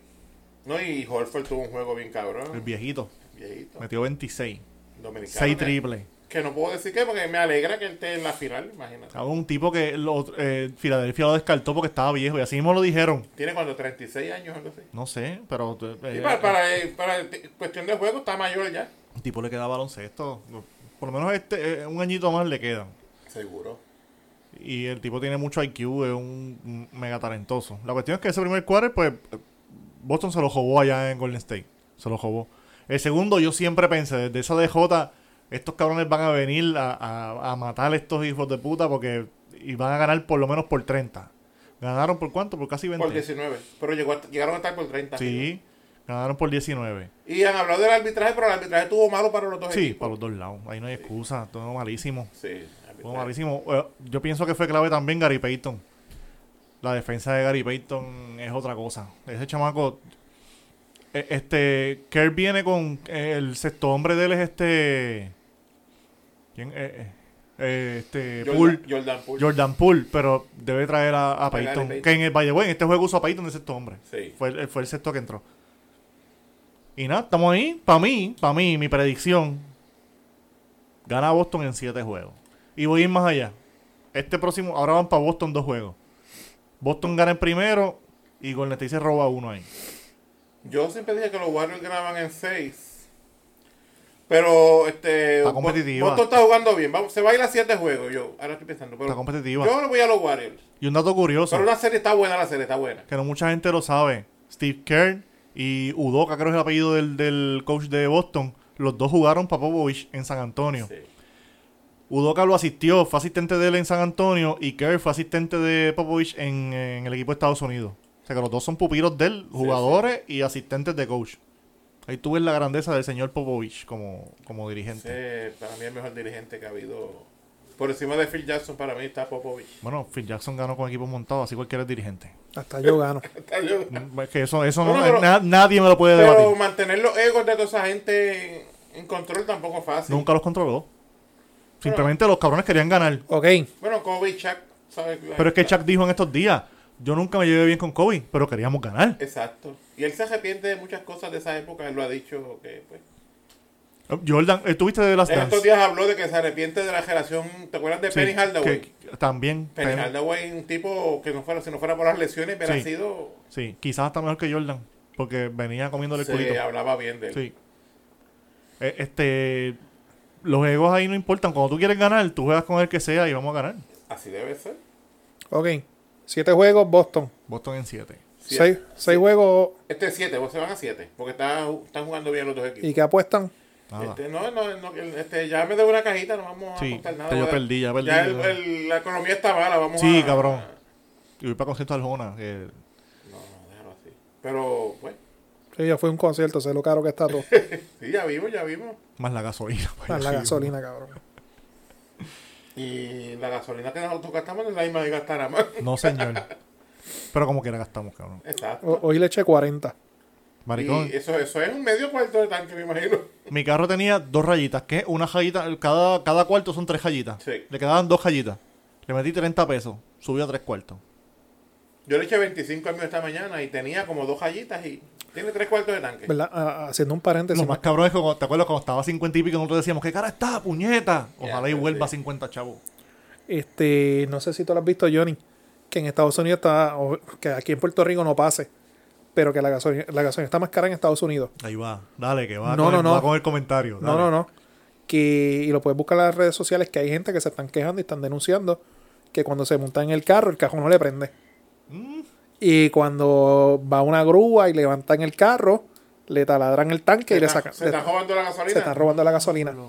[SPEAKER 2] No, y Horford tuvo un juego bien
[SPEAKER 3] El
[SPEAKER 2] cabrón.
[SPEAKER 3] viejito
[SPEAKER 2] Viejito.
[SPEAKER 3] metió 26.
[SPEAKER 2] Dominicano.
[SPEAKER 3] 6
[SPEAKER 2] que-
[SPEAKER 3] triples.
[SPEAKER 2] Que no puedo decir que porque me alegra que él esté en la final, imagínate.
[SPEAKER 3] Cabrón, un tipo que lo- eh, Filadelfia lo descartó porque estaba viejo y así mismo lo dijeron.
[SPEAKER 2] Tiene cuando 36 años algo así.
[SPEAKER 3] No sé, pero. eh,
[SPEAKER 2] Y
[SPEAKER 3] eh,
[SPEAKER 2] para, para, para cuestión de juego está mayor ya.
[SPEAKER 3] Un tipo le queda baloncesto. Por lo menos este, eh, un añito más le quedan.
[SPEAKER 2] Seguro.
[SPEAKER 3] Y el tipo tiene mucho IQ, es un mega talentoso. La cuestión es que ese primer quarter, pues, Boston se lo jugó allá en Golden State. Se lo jugó. El segundo, yo siempre pensé, desde esa DJ, estos cabrones van a venir a, a- a matar a estos hijos de puta porque y van a ganar por lo menos por 30. ¿Ganaron por cuánto? Por casi 20.
[SPEAKER 2] Por 19. Pero llegó hasta- llegaron a estar por 30.
[SPEAKER 3] sí, ganaron por 19.
[SPEAKER 2] Y han hablado del arbitraje, pero el arbitraje estuvo malo para los dos
[SPEAKER 3] Sí,
[SPEAKER 2] equipos.
[SPEAKER 3] para los dos lados. Ahí no hay excusa, todo malísimo.
[SPEAKER 2] Sí, el arbitraje.
[SPEAKER 3] Fue malísimo. Eh, Yo pienso que fue clave también Gary Payton. La defensa de Gary Payton es otra cosa. Ese chamaco. eh, Este. Kerr viene con. eh, El sexto hombre de él es este. ¿Quién? Eh, eh, eh, este.
[SPEAKER 2] Jordan,
[SPEAKER 3] Poole.
[SPEAKER 2] Jordan Poole.
[SPEAKER 3] Jordan Poole, pero debe traer a, a
[SPEAKER 2] Gary
[SPEAKER 3] Payton.
[SPEAKER 2] Payton.
[SPEAKER 3] Que en el Valle en este juego usó a Payton de sexto hombre.
[SPEAKER 2] Sí.
[SPEAKER 3] Fue el, fue el sexto que entró. Y nada, estamos ahí. Para mí, para mí, mi predicción. Gana Boston en siete juegos. Y voy a ir más allá. Este próximo, ahora van para Boston dos juegos. Boston gana el primero y Golden State se roba uno ahí.
[SPEAKER 2] Yo siempre dije que los Warriors ganaban en 6. Pero este.
[SPEAKER 3] Está
[SPEAKER 2] Bo-
[SPEAKER 3] competitiva.
[SPEAKER 2] Boston está jugando bien. Vamos, se va a ir a 7 juegos. Yo ahora estoy pensando. Pero
[SPEAKER 3] Está competitiva.
[SPEAKER 2] Yo no voy a los Warriors.
[SPEAKER 3] Y un dato curioso,
[SPEAKER 2] Pero la serie está buena, la serie está buena.
[SPEAKER 3] que no mucha gente lo sabe. Steve Kerr y Udoka, creo que es el apellido del, del coach de Boston. Los dos jugaron para Popovich en San Antonio.
[SPEAKER 2] Sí.
[SPEAKER 3] Udoka lo asistió, fue asistente de él en San Antonio y Kerr fue asistente de Popovich en, en el equipo de Estados Unidos. O sea que los dos son pupilos de él, jugadores y asistentes de coach. Ahí tú ves la grandeza del señor Popovich como, como dirigente.
[SPEAKER 2] Ese, Eh, para mí el mejor dirigente que ha habido. Por encima de Phil Jackson, para mí está Popovich.
[SPEAKER 3] Bueno, Phil Jackson ganó con equipos montados, así cualquier dirigente.
[SPEAKER 1] Hasta yo
[SPEAKER 3] <laughs>
[SPEAKER 1] gano.
[SPEAKER 2] Está yo-
[SPEAKER 3] Mm, Es que eso, eso no,
[SPEAKER 2] Bueno, pero-
[SPEAKER 3] na- nadie me lo puede debatir.
[SPEAKER 2] Pero mantener los egos de toda esa gente en, en control tampoco es fácil.
[SPEAKER 3] Nunca los controló. Simplemente los cabrones querían ganar.
[SPEAKER 1] Ok.
[SPEAKER 2] Bueno, Kobe y Shaq, ¿sabes?
[SPEAKER 3] Pero es que Chuck dijo en estos días, yo nunca me llevé bien con Kobe, pero queríamos ganar.
[SPEAKER 2] Exacto. Y él se arrepiente de muchas cosas de esa época, él lo ha dicho que pues.
[SPEAKER 3] Jordan, ¿estuviste de las
[SPEAKER 2] Eh, En estos días habló de que se arrepiente de la generación, ¿te acuerdas de
[SPEAKER 3] Sí,
[SPEAKER 2] Penny Hardaway?
[SPEAKER 3] que- que- también.
[SPEAKER 2] Penny
[SPEAKER 3] Penny-
[SPEAKER 2] Hardaway, un tipo que no fuera, si no fuera por las lesiones, hubiera
[SPEAKER 3] Sí.
[SPEAKER 2] sido
[SPEAKER 3] Sí, quizás hasta mejor que Jordan, porque venía comiendo el
[SPEAKER 2] se
[SPEAKER 3] culito.
[SPEAKER 2] hablaba bien de él.
[SPEAKER 3] Sí. eh, este, los egos ahí no importan. Cuando tú quieres ganar, tú juegas con el que sea y vamos a ganar.
[SPEAKER 2] Así debe ser.
[SPEAKER 1] Ok. Siete juegos, Boston.
[SPEAKER 3] Boston en 7.
[SPEAKER 2] Siete.
[SPEAKER 1] Seis, seis juegos.
[SPEAKER 2] Este es 7, vos se van a 7, porque está- están jugando bien los dos equipos.
[SPEAKER 1] ¿Y qué apuestan?
[SPEAKER 3] Nada.
[SPEAKER 2] Este, no, no, no, este, ya me debo una cajita, no vamos
[SPEAKER 3] Sí,
[SPEAKER 2] a contar nada.
[SPEAKER 3] ya yo
[SPEAKER 2] ¿verdad?
[SPEAKER 3] perdí, ya perdí,
[SPEAKER 2] Ya el-
[SPEAKER 3] ¿verdad?
[SPEAKER 2] el- la economía está mala, vamos
[SPEAKER 3] Sí,
[SPEAKER 2] a-
[SPEAKER 3] cabrón. Y voy para concierto de Arjona. eh,
[SPEAKER 2] No, no, déjalo así. Pero, pues,
[SPEAKER 1] Sí, yo fui a un concierto, sé lo caro que está
[SPEAKER 3] <laughs>
[SPEAKER 1] todo.
[SPEAKER 2] sí, ya vimos, ya vimos.
[SPEAKER 3] más la gasolina. <laughs> pues.
[SPEAKER 1] Ah,
[SPEAKER 3] vaya,
[SPEAKER 1] la
[SPEAKER 3] sí,
[SPEAKER 1] gasolina, cabrón.
[SPEAKER 2] Y la gasolina que nosotros gastamos no es la misma que gastará más. <laughs>
[SPEAKER 3] No, señor. Pero como quiera gastamos, cabrón.
[SPEAKER 2] Exacto.
[SPEAKER 1] O- Hoy le eché 40.
[SPEAKER 3] Maricón,
[SPEAKER 2] Y eso, eso es un medio cuarto de tanque, me imagino.
[SPEAKER 3] mi carro tenía dos rayitas, que es una rayita, cada, cada cuarto son tres rayitas.
[SPEAKER 2] Sí.
[SPEAKER 3] Le quedaban dos rayitas. Le metí 30 pesos, subió a tres cuartos.
[SPEAKER 2] Yo le eché 25 al mío esta mañana y tenía como dos gallitas y tiene tres cuartos de tanque.
[SPEAKER 1] ¿Verdad? Ah, ah, Haciendo un paréntesis.
[SPEAKER 3] Lo más cabrón es que, cuando- ¿te acuerdas cuando estaba a 50 y pico? Nosotros decíamos, ¿qué cara está, puñeta? Ojalá y
[SPEAKER 2] Ya,
[SPEAKER 3] vuelva a
[SPEAKER 2] sí.
[SPEAKER 3] 50, chavo.
[SPEAKER 1] Este, no sé si tú lo has visto, Johnny, que en Estados Unidos está, o que aquí en Puerto Rico no pase, pero que la gasolina, la gasolina está más cara en Estados Unidos.
[SPEAKER 3] Ahí va, dale, que va,
[SPEAKER 1] No,
[SPEAKER 3] con,
[SPEAKER 1] no,
[SPEAKER 3] el,
[SPEAKER 1] no.
[SPEAKER 3] va con el
[SPEAKER 2] Pues
[SPEAKER 3] comentario.
[SPEAKER 1] No, no, no. Que, y lo puedes buscar en las redes sociales, que hay gente que se están quejando y están denunciando que cuando se monta en el carro, el cajón no le prende.
[SPEAKER 2] Mm.
[SPEAKER 1] Y cuando va una grúa y levantan el carro, le taladran el tanque y le
[SPEAKER 2] Está-
[SPEAKER 1] sacan.
[SPEAKER 2] Se
[SPEAKER 1] le-
[SPEAKER 2] están robando la gasolina.
[SPEAKER 1] se están robando la gasolina.
[SPEAKER 2] <laughs>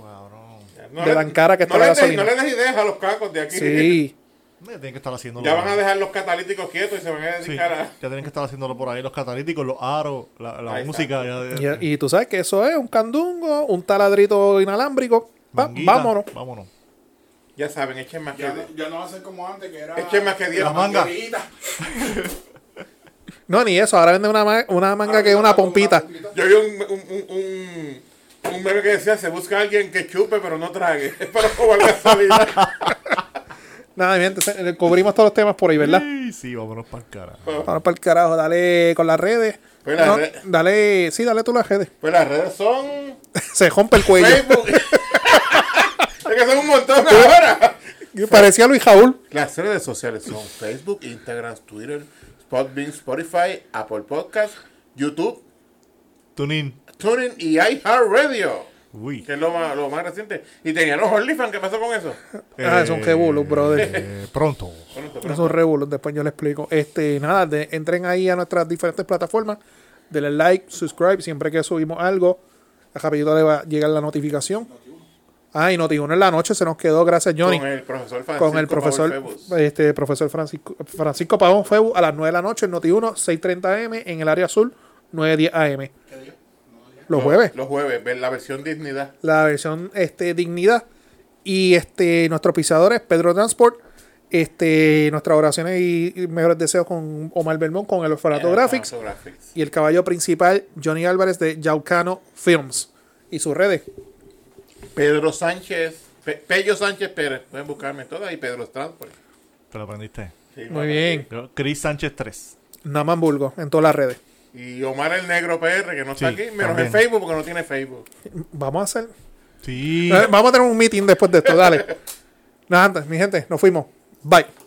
[SPEAKER 2] No
[SPEAKER 1] de
[SPEAKER 2] le-
[SPEAKER 1] tan cara que
[SPEAKER 2] no
[SPEAKER 1] está la
[SPEAKER 2] le des-
[SPEAKER 1] gasolina.
[SPEAKER 2] no le des ideas a los cacos de aquí.
[SPEAKER 1] Sí.
[SPEAKER 3] Eh, Tienen que estar
[SPEAKER 2] <laughs>
[SPEAKER 3] haciéndolo.
[SPEAKER 2] Ya van a dejar los catalíticos quietos y se van a
[SPEAKER 3] Sí,
[SPEAKER 2] dedicar
[SPEAKER 3] ya tienen que estar haciéndolo por ahí, los catalíticos, los aros, la, la
[SPEAKER 2] Ahí está.
[SPEAKER 3] música. ya- ya-
[SPEAKER 2] Este.
[SPEAKER 1] Y, y tú sabes que eso es un candungo, un taladrito inalámbrico. Va-
[SPEAKER 3] Manguita,
[SPEAKER 1] vámonos.
[SPEAKER 3] Vámonos.
[SPEAKER 2] a. Ya saben, echen más que.
[SPEAKER 5] Ya, no- ya no hacen como antes, que era.
[SPEAKER 2] Echen más que 10.
[SPEAKER 3] La manga.
[SPEAKER 5] manguerita.
[SPEAKER 1] No, ni eso. Ahora vende una, ma- una manga que es una pompita.
[SPEAKER 2] Yo vi un, un, un, un, un meme que decía: se busca alguien que chupe, pero no trague. <laughs> Es para
[SPEAKER 1] <laughs>
[SPEAKER 2] robar gasolina.
[SPEAKER 1] Nada, mi gente, se- cubrimos todos los temas por ahí, ¿verdad?
[SPEAKER 3] Sí, sí, vámonos para el cara.
[SPEAKER 1] Ahora para el carajo, dale con las redes.
[SPEAKER 2] Pues las
[SPEAKER 1] No,
[SPEAKER 2] redes.
[SPEAKER 1] dale, sí, dale tú las redes. <laughs>
[SPEAKER 2] Pues las redes son.
[SPEAKER 1] Se rompe el cuello.
[SPEAKER 2] Facebook.
[SPEAKER 1] <laughs>
[SPEAKER 2] es que son un montón ahora.
[SPEAKER 1] Parecía Luis Jaúl.
[SPEAKER 2] Las redes sociales son Facebook, Instagram, Twitter, Spotbean, Spotify, Apple Podcast, YouTube,
[SPEAKER 3] Tunin.
[SPEAKER 2] TuneIn y iHeartRadio.
[SPEAKER 3] Uy.
[SPEAKER 2] Que es lo más, lo más reciente. Y tenían los OnlyFans. ¿Qué pasó con eso?
[SPEAKER 1] Ah, son jebulos, brother.
[SPEAKER 3] eh, pronto.
[SPEAKER 2] Con esto,
[SPEAKER 1] No
[SPEAKER 2] pero-
[SPEAKER 1] son rebulos, después yo les explico. Este, nada, de- entren ahí a nuestras diferentes plataformas, denle like, subscribe, siempre que subimos algo, a Japillito le va a llegar la notificación. Ah, y Notiuno en la noche se nos quedó, gracias Johnny,
[SPEAKER 2] Con el profesor
[SPEAKER 1] Ah, con el
[SPEAKER 2] Francisco
[SPEAKER 1] profesor,
[SPEAKER 2] Paul Febus.
[SPEAKER 1] este, profesor Francisco, Francisco Pavón Febu a las 9 de la noche en Notiuno, 6.30 am, en el área azul, 9.10 am. Los jueves,
[SPEAKER 2] Los jueves, ver la versión dignidad.
[SPEAKER 1] la versión este, dignidad. Y este, nuestro pisador es Pedro Transport. Este, nuestras oraciones y y mejores deseos con Omar Belmont, con el Orfanato
[SPEAKER 2] Ah,
[SPEAKER 1] Graphics.
[SPEAKER 2] Graphics.
[SPEAKER 1] Y el caballo principal, Johnny Álvarez de Yaucano Films. Y sus redes.
[SPEAKER 2] Pedro Sánchez, Pe- Pello Sánchez Pérez. Pueden buscarme en todas y Pedro Transport.
[SPEAKER 3] Te lo aprendiste.
[SPEAKER 2] Sí,
[SPEAKER 1] Muy
[SPEAKER 2] bueno.
[SPEAKER 1] bien.
[SPEAKER 3] Yo, Chris Sánchez 3.
[SPEAKER 1] Naman Bulgo, en todas las redes.
[SPEAKER 2] Y Omar el Negro PR, que no está
[SPEAKER 3] Sí,
[SPEAKER 2] aquí, menos
[SPEAKER 3] también.
[SPEAKER 2] en Facebook, porque no tiene Facebook.
[SPEAKER 1] Vamos a hacer.
[SPEAKER 3] Sí.
[SPEAKER 1] Ah, eh, Vamos a tener un meeting después de esto, dale. Nada, mi gente, nos fuimos. Bye.